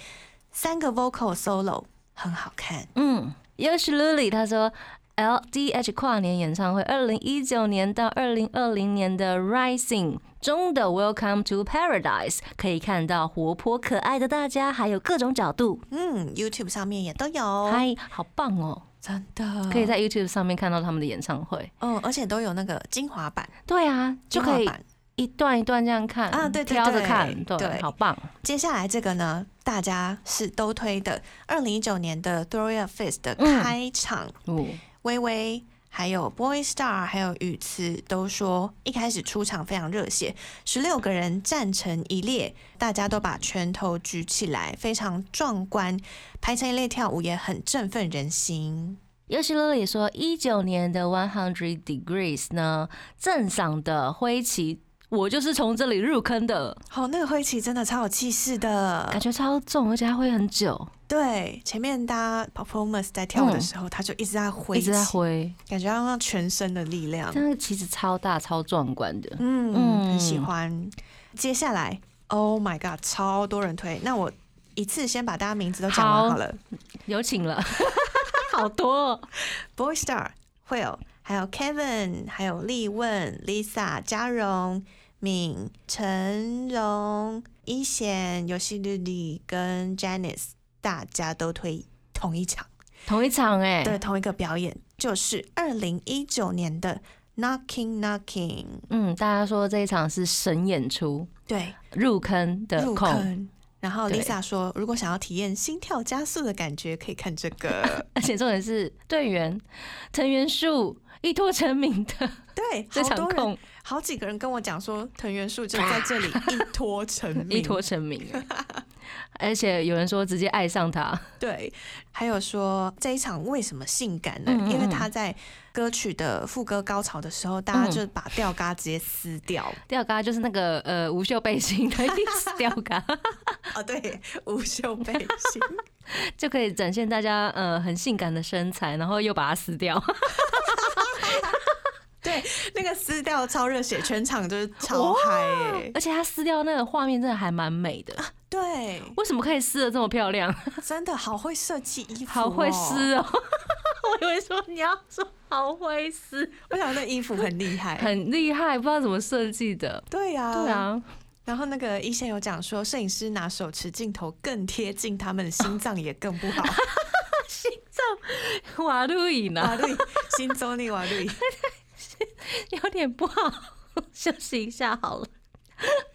[SPEAKER 4] 三个 vocal solo 很好看。
[SPEAKER 3] 嗯 y o s h i l u l i 他说 LDH 跨年演唱会，二零一九年到二零二零年的 Rising 中的 Welcome to Paradise 可以看到活泼可爱的大家，还有各种角度，
[SPEAKER 4] 嗯，YouTube 上面也都有，
[SPEAKER 3] 嗨，好棒哦！
[SPEAKER 4] 真的哦
[SPEAKER 3] 可以在 YouTube 上面看到他们的演唱会。
[SPEAKER 4] 嗯，而且都有那个精华版，
[SPEAKER 3] 对啊，就
[SPEAKER 4] 精华
[SPEAKER 3] 可以
[SPEAKER 4] 版
[SPEAKER 3] 一段一段这样看
[SPEAKER 4] 啊对对
[SPEAKER 3] 挑着
[SPEAKER 4] 对
[SPEAKER 3] 看，对，
[SPEAKER 4] 对
[SPEAKER 3] 好棒。
[SPEAKER 4] 接下来这个呢，大家是都推的，二零一九年的 Throw Your Fist 的
[SPEAKER 3] 嗯
[SPEAKER 4] 开场，
[SPEAKER 3] 哦，
[SPEAKER 4] 微微。还有 Boy Star，还有雨慈都说，一开始出场非常热血，十六个人站成一列，大家都把拳头举起来，非常壮观，排成一列跳舞也很振奋人心。
[SPEAKER 3] 尤其乐里说，一九年的 One Hundred Degrees 呢，正赏的灰旗，我就是从这里入坑的，
[SPEAKER 4] 哦，那个灰旗真的超有气势
[SPEAKER 3] 感
[SPEAKER 4] 的，
[SPEAKER 3] 觉超重，而且它会很久，
[SPEAKER 4] 对，前面大家 performance 在跳舞的时候，他嗯就一直在挥，
[SPEAKER 3] 一直在，挥，
[SPEAKER 4] 感觉要用全身的力量。
[SPEAKER 3] 但那个旗子超大、超壮观的。
[SPEAKER 4] 嗯，很喜
[SPEAKER 3] 嗯
[SPEAKER 4] 欢。接下来，Oh my God，超多人推。那我一次先把大家名字都讲完
[SPEAKER 3] 好
[SPEAKER 4] 好了。
[SPEAKER 3] 有请了， [laughs] 好多、
[SPEAKER 4] [laughs]
[SPEAKER 3] 哦。
[SPEAKER 4] Boy Star、Will，还有 Kevin，还有立问、Lisa、嘉荣、敏、陈荣、一贤、游戏绿丽跟 Janice，大家都推同一场，
[SPEAKER 3] 同一场哎、
[SPEAKER 4] 对，同一个表演，就是二零一九年的 Knocking Knocking，
[SPEAKER 3] 嗯，大家说这一场是神演出，
[SPEAKER 4] 对，
[SPEAKER 3] 入坑的
[SPEAKER 4] 入
[SPEAKER 3] 控，
[SPEAKER 4] 坑。然后
[SPEAKER 3] 对
[SPEAKER 4] Lisa 说，如果想要体验心跳加速的感觉，可以看这
[SPEAKER 3] [laughs]
[SPEAKER 4] 个。
[SPEAKER 3] 而且重点是队员藤原树一拖成名的
[SPEAKER 4] 对，
[SPEAKER 3] 这
[SPEAKER 4] 好
[SPEAKER 3] 场
[SPEAKER 4] 多人，
[SPEAKER 3] 控
[SPEAKER 4] 好几个人跟我讲说，藤原树就在
[SPEAKER 3] [laughs]
[SPEAKER 4] 这里一脱成名。
[SPEAKER 3] 一拖成
[SPEAKER 4] [laughs]
[SPEAKER 3] 名哎、而且有人说直接爱上他，
[SPEAKER 4] 对，还有说这一场为什么性感呢？
[SPEAKER 3] 嗯嗯
[SPEAKER 4] 因为他在歌曲的副歌高潮的时候，大家
[SPEAKER 3] 嗯
[SPEAKER 4] 就把吊嘎直接撕掉。
[SPEAKER 3] 吊嘎就是那个呃无袖背心的意思，吊嘎 [laughs]
[SPEAKER 4] 哦，对，无袖背心。
[SPEAKER 3] 就可以展现大家呃很性感的身材，然后又把它撕掉，
[SPEAKER 4] 对，那个撕掉超热血，全场就是超嗨、欸。
[SPEAKER 3] 而且他撕掉那个画面真的还蛮美的，
[SPEAKER 4] 对，
[SPEAKER 3] 为什么可以撕的这么漂 [laughs] 亮？
[SPEAKER 4] 真的好会设计衣服、
[SPEAKER 3] 好会。撕哦！ [laughs] 我以为说你要说好会撕，
[SPEAKER 4] [laughs] 我想那衣服很厉害。
[SPEAKER 3] 很厉害，不知道怎么设计的。
[SPEAKER 4] 对呀、
[SPEAKER 3] 对。啊，
[SPEAKER 4] 然后那个医生有讲说，摄影师拿手持镜头更贴近他们的心脏，也更不
[SPEAKER 3] [laughs]
[SPEAKER 4] 好。
[SPEAKER 3] 瓦路易呢
[SPEAKER 4] 瓦绿，心中立瓦
[SPEAKER 3] [laughs]
[SPEAKER 4] 绿。
[SPEAKER 3] 有点不好，休息一下好 [laughs] 了，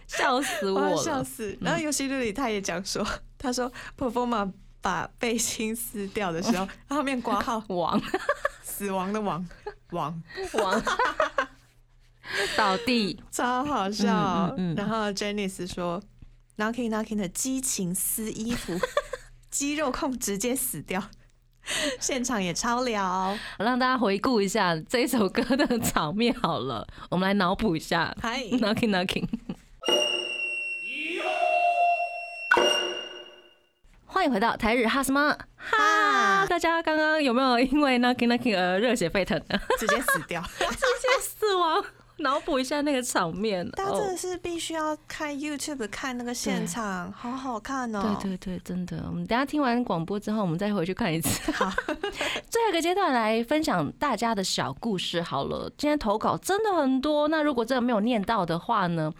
[SPEAKER 3] 笑死我
[SPEAKER 4] 我要笑
[SPEAKER 3] 了。嗯
[SPEAKER 4] 死。然后尤其绿里他也讲说，他说 performer 把背心撕掉
[SPEAKER 3] [laughs]
[SPEAKER 4] 的时候，他后面挂号
[SPEAKER 3] 王
[SPEAKER 4] 死亡的 [laughs] 亡亡，
[SPEAKER 3] 王 [laughs] 倒地，
[SPEAKER 4] 超好笑。
[SPEAKER 3] 嗯嗯嗯
[SPEAKER 4] 然后 Jennice 说，knocking knocking 的激情撕衣
[SPEAKER 3] [laughs]
[SPEAKER 4] 服，肌肉控直接死掉。现场也超聊，
[SPEAKER 3] 让大家回顾一下这首歌的场面好了，我们来脑补一下。
[SPEAKER 4] 嗨，
[SPEAKER 3] [laughs] Knocking Knocking。欢迎回到台日哈什么哈？
[SPEAKER 4] 哈
[SPEAKER 3] 大家刚刚有没有因为 Knocking Knocking 而热血沸腾
[SPEAKER 4] [laughs]
[SPEAKER 3] 呢？
[SPEAKER 4] 直接死掉。
[SPEAKER 3] 直接死亡，脑补一下那个场面。
[SPEAKER 4] 大家真的
[SPEAKER 3] 哦
[SPEAKER 4] 是必须要看 YouTube 看那个现场，好好看哦。
[SPEAKER 3] 对对对，真的。我们等一下听完广播之后，我们再回去看一次。好， [laughs] 最后一个阶段来分享大家的小故事好了。今天投稿真的很多，那如果真的没有念到的话呢，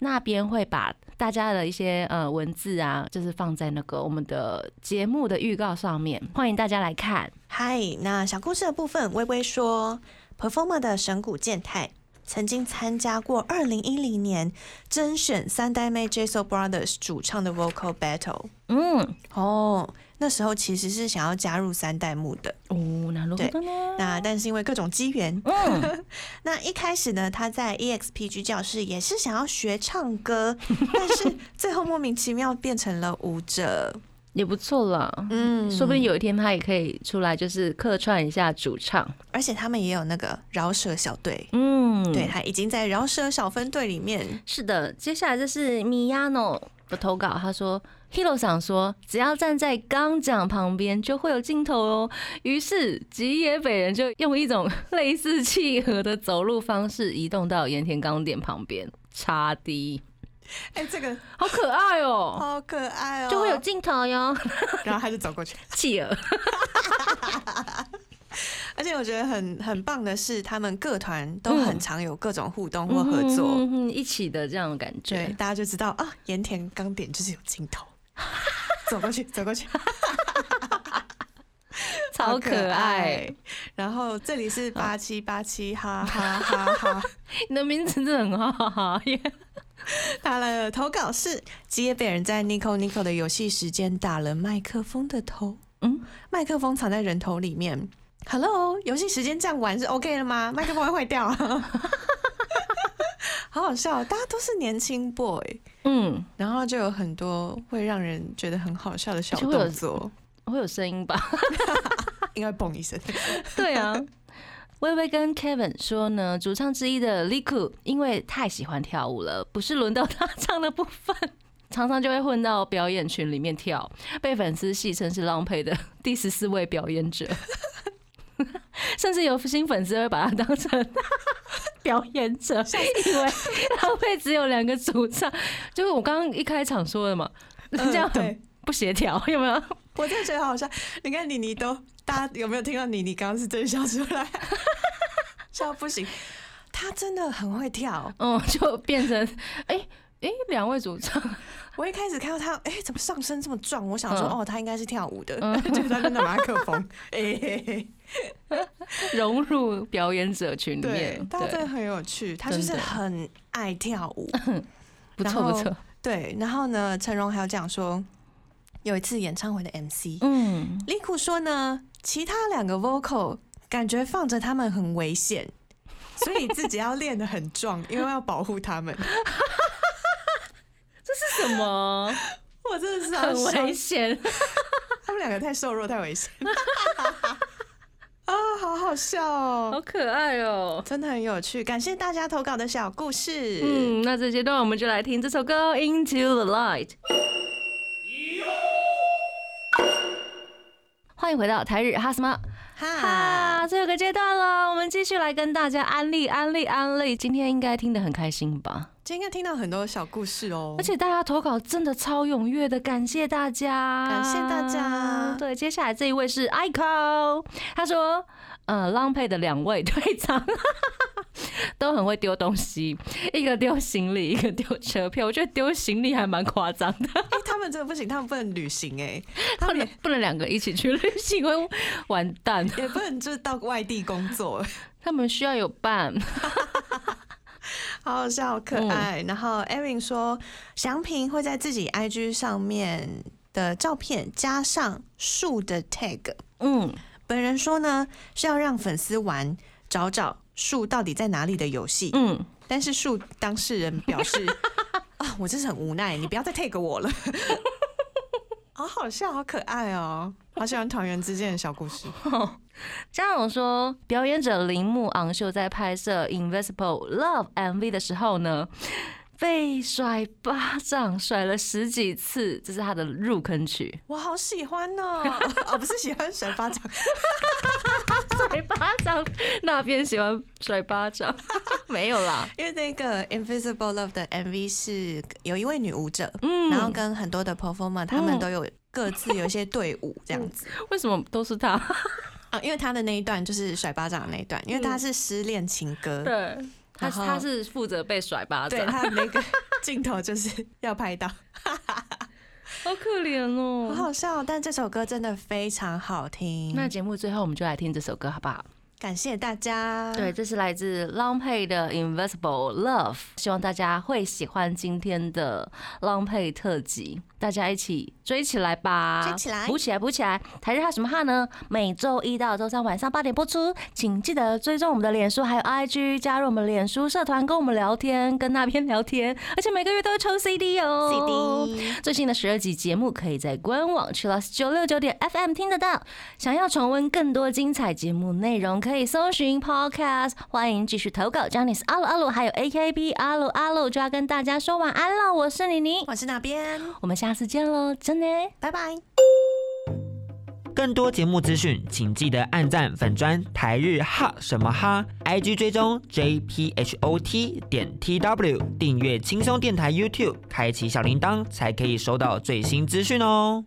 [SPEAKER 3] 那边会把大家的一些呃文字啊，就是放在那个我们的节目的预告上面，欢迎大家来看。
[SPEAKER 4] 嗨，那小故事的部分，微微说，performer 的神谷健太曾经参加过二零一零年甄选三代妹 JSO Brothers 主唱的 Vocal Battle。
[SPEAKER 3] 嗯，
[SPEAKER 4] 哦，那时候其实是想要加入三代目的，
[SPEAKER 3] 哦，那如何呢？
[SPEAKER 4] 那但是因为各种机缘，
[SPEAKER 3] 嗯，
[SPEAKER 4] [laughs] 那一开始呢，他在 E EXPG 教室也是想要学唱歌，但 [laughs] 是最后莫名其妙变成了舞者。
[SPEAKER 3] 也不错啦。
[SPEAKER 4] 嗯
[SPEAKER 3] 说不定有一天他也可以出来，就是客串一下主唱。
[SPEAKER 4] 而且他们也有那个饶舌小队，
[SPEAKER 3] 嗯，
[SPEAKER 4] 对他已经在饶舌小分队里面
[SPEAKER 3] 是的，接下来这是 Miyano 的投稿，他说 Hiro 想说，只要站在钢桨旁边就会有镜头哦。于是吉野北人就用一种类似契合的走路方式移动到盐田钢点旁边，插低，
[SPEAKER 4] 哎、这个
[SPEAKER 3] 好可爱哦、
[SPEAKER 4] 好可爱哦，
[SPEAKER 3] 就会
[SPEAKER 4] [laughs]
[SPEAKER 3] 有，镜头哟，
[SPEAKER 4] 然后他就走 [laughs] 过去。
[SPEAKER 3] 企鹅。
[SPEAKER 4] 而且我觉得很很棒的是，他们各团都很常有各种互动或合作，
[SPEAKER 3] 嗯哼哼一起的这样的感
[SPEAKER 4] 对，
[SPEAKER 3] 觉，
[SPEAKER 4] 大家就知道啊，盐田刚点 [laughs] 就是有镜头，走过去，走过去，
[SPEAKER 3] 好可爱。
[SPEAKER 4] 然后这里是八七八七，哈哈哈哈。
[SPEAKER 3] 你的名字真的很好哈哈耶！
[SPEAKER 4] 他的投稿是：吉野北人在 Nico Nico 的游戏时间打了麦克风的头，
[SPEAKER 3] 嗯
[SPEAKER 4] 嗯，麦克风藏在人头里面。Hello，游戏时间这样玩是 OK 的吗？麦克风会坏掉、 [laughs] 啊，好好笑，大家都是年轻 boy，
[SPEAKER 3] 嗯，
[SPEAKER 4] 然后就有很多会让人觉得很好笑的小
[SPEAKER 3] 就会有
[SPEAKER 4] 动作，
[SPEAKER 3] 会有声音吧？
[SPEAKER 4] 应该嘣一声。
[SPEAKER 3] 对啊。微微跟 Kevin 说呢，主唱之一的 Liku 因为太喜欢跳舞了，不是轮到他唱的部分， [laughs] 常常就会混到表演群里面跳，被粉丝戏称是浪配的第十四位表演者， [laughs] 甚至有新粉丝会把他当成表演者，因为浪配只有两个主唱，就是我刚刚一开场说的嘛， [laughs] 这样
[SPEAKER 4] 嗯
[SPEAKER 3] 很
[SPEAKER 4] 对，
[SPEAKER 3] 不协调，有没有？
[SPEAKER 4] 我真的觉得好好笑。你看妮妮都，大家有没有听到妮妮刚刚是真的笑出
[SPEAKER 3] [laughs]
[SPEAKER 4] 来？笑不行，她真的很会跳。
[SPEAKER 3] 嗯，就变成哎哎，两、位主唱，
[SPEAKER 4] 我一开始看到他，哎、怎么上身这么壮？我想说，
[SPEAKER 3] 嗯
[SPEAKER 4] 哦，他应该是跳舞的，
[SPEAKER 3] 嗯
[SPEAKER 4] 结果 [laughs] 他就拿麦克风， [laughs] 哎、嘿嘿
[SPEAKER 3] [laughs] 融入表演者群里
[SPEAKER 4] 对
[SPEAKER 3] 面，，
[SPEAKER 4] 他真的
[SPEAKER 3] 对，
[SPEAKER 4] 很有趣，他就是
[SPEAKER 3] 真的
[SPEAKER 4] 很爱跳
[SPEAKER 3] [laughs]
[SPEAKER 4] 舞。
[SPEAKER 3] 不
[SPEAKER 4] 然
[SPEAKER 3] 错不
[SPEAKER 4] 后
[SPEAKER 3] 错，
[SPEAKER 4] 对，然后呢，陈荣还有讲说，有一次演唱会的 MC
[SPEAKER 3] 嗯，
[SPEAKER 4] 李库说呢，其他两个 vocal 感觉放着他们很危 [laughs] 险，所以自己要练得很壮，因为要保护他们。
[SPEAKER 3] [laughs] 这是什么？
[SPEAKER 4] [laughs] 我真的是要
[SPEAKER 3] 很
[SPEAKER 4] 笑
[SPEAKER 3] 危
[SPEAKER 4] [laughs]
[SPEAKER 3] 险，
[SPEAKER 4] 他们两个太瘦弱，太危 [laughs] 险。啊、好好笑哦！
[SPEAKER 3] 好可爱哦。
[SPEAKER 4] 真的很有趣，感谢大家投稿的小故事。
[SPEAKER 3] 嗯，那这阶段我们就来听这首歌《Into the Light》。欢迎回到台日哈什么
[SPEAKER 4] 哈，
[SPEAKER 3] 哈，最后一个阶段了，我们继续来跟大家安利安利安利。今天应该听得很开心吧？
[SPEAKER 4] 今天听到很多小故事哦，
[SPEAKER 3] 而且大家投稿真的超踊跃的，感谢大家，
[SPEAKER 4] 感谢大家
[SPEAKER 3] 对，接下来这一位是 Ico，他说，呃，浪配的两位队长 [laughs] 都很会丢东西，一个丢行李，一个丢车票。我觉得丢行李还蛮夸张的，
[SPEAKER 4] 哎、他们真的不行，他们不能旅行哎、 [laughs] 他
[SPEAKER 3] 不
[SPEAKER 4] 们
[SPEAKER 3] 能
[SPEAKER 4] 也
[SPEAKER 3] 不能两个一起去旅行会完蛋，
[SPEAKER 4] 也不能就是到外地工作，
[SPEAKER 3] 他们需要有伴。
[SPEAKER 4] 好好笑，好可爱。然后 Erin 说，祥平会在自己 IG 上面的照片加上树的 tag。
[SPEAKER 3] 嗯，
[SPEAKER 4] 本人说呢，是要让粉丝玩找找树到底在哪里的游戏。
[SPEAKER 3] 嗯，
[SPEAKER 4] 但是树当事人表 [laughs] 示啊，我真是很无奈，你不要再 take 我 [laughs] 了。好好笑，好可爱哦，好喜欢团员之间的小故事。。
[SPEAKER 3] 张勇说，表演者铃木昂秀在拍摄《Invisible Love》MV 的时候呢，被甩巴掌甩了十几次，这是他的入坑曲
[SPEAKER 4] 我好喜欢哦， [laughs] 哦，不是喜欢甩巴掌，
[SPEAKER 3] 甩巴掌，那边喜欢甩巴
[SPEAKER 4] [laughs]
[SPEAKER 3] 掌，没有啦。
[SPEAKER 4] 因为那个 Invisible Love 的 MV 是有一位女舞者，
[SPEAKER 3] 嗯，
[SPEAKER 4] 然后跟很多的 performer 他们都有各自有一些队伍这样
[SPEAKER 3] [laughs]
[SPEAKER 4] 子
[SPEAKER 3] 为什么都是他？
[SPEAKER 4] 啊，因为他的那一段就是甩巴掌的那一段，因为他是失恋情歌，
[SPEAKER 3] 嗯对，啊他
[SPEAKER 4] 然后
[SPEAKER 3] 他是负责被甩巴
[SPEAKER 4] 对，
[SPEAKER 3] 掌，
[SPEAKER 4] 他的那个镜头就是要拍
[SPEAKER 3] [laughs]
[SPEAKER 4] 到。
[SPEAKER 3] 好可怜
[SPEAKER 4] 好
[SPEAKER 3] 哦。
[SPEAKER 4] 好笑，但这首歌真的非常好听。
[SPEAKER 3] 那节目最后我们就来听这首歌，好不好？
[SPEAKER 4] 感谢大家。
[SPEAKER 3] 对，，这是来自 Long Pay 的 Invisible Love，希望大家会喜欢今天的 Long Pay 特辑，大家一起追起来吧，
[SPEAKER 4] 追起来
[SPEAKER 3] 补起来，补起来！台日哈什么哈呢？每周一到周三晚上八点播出，请记得追踪我们的脸书还有 IG，加入我们脸书社团，跟我们聊天，跟那边聊天，而且每个月都会抽 CD 哦。
[SPEAKER 4] CD
[SPEAKER 3] 最新的十二集节目可以在官网 c h i l l s 九六九点 FM 听得到。想要重温更多精彩节目内容，可以搜寻 Podcast。欢迎继续投稿 j a n i c e 阿鲁阿鲁，还有 AKB 阿鲁阿鲁，就要跟大家说晚安了。我是妮妮，
[SPEAKER 4] 我是那边，
[SPEAKER 3] 我们下次见喽，真的。
[SPEAKER 4] 拜拜。
[SPEAKER 2] 更多节目资讯，请记得按赞粉砖台日哈什么哈，IG 追踪 JPHOT 点 TW，订阅轻松电台 YouTube，开启小铃铛才可以收到最新资讯哦。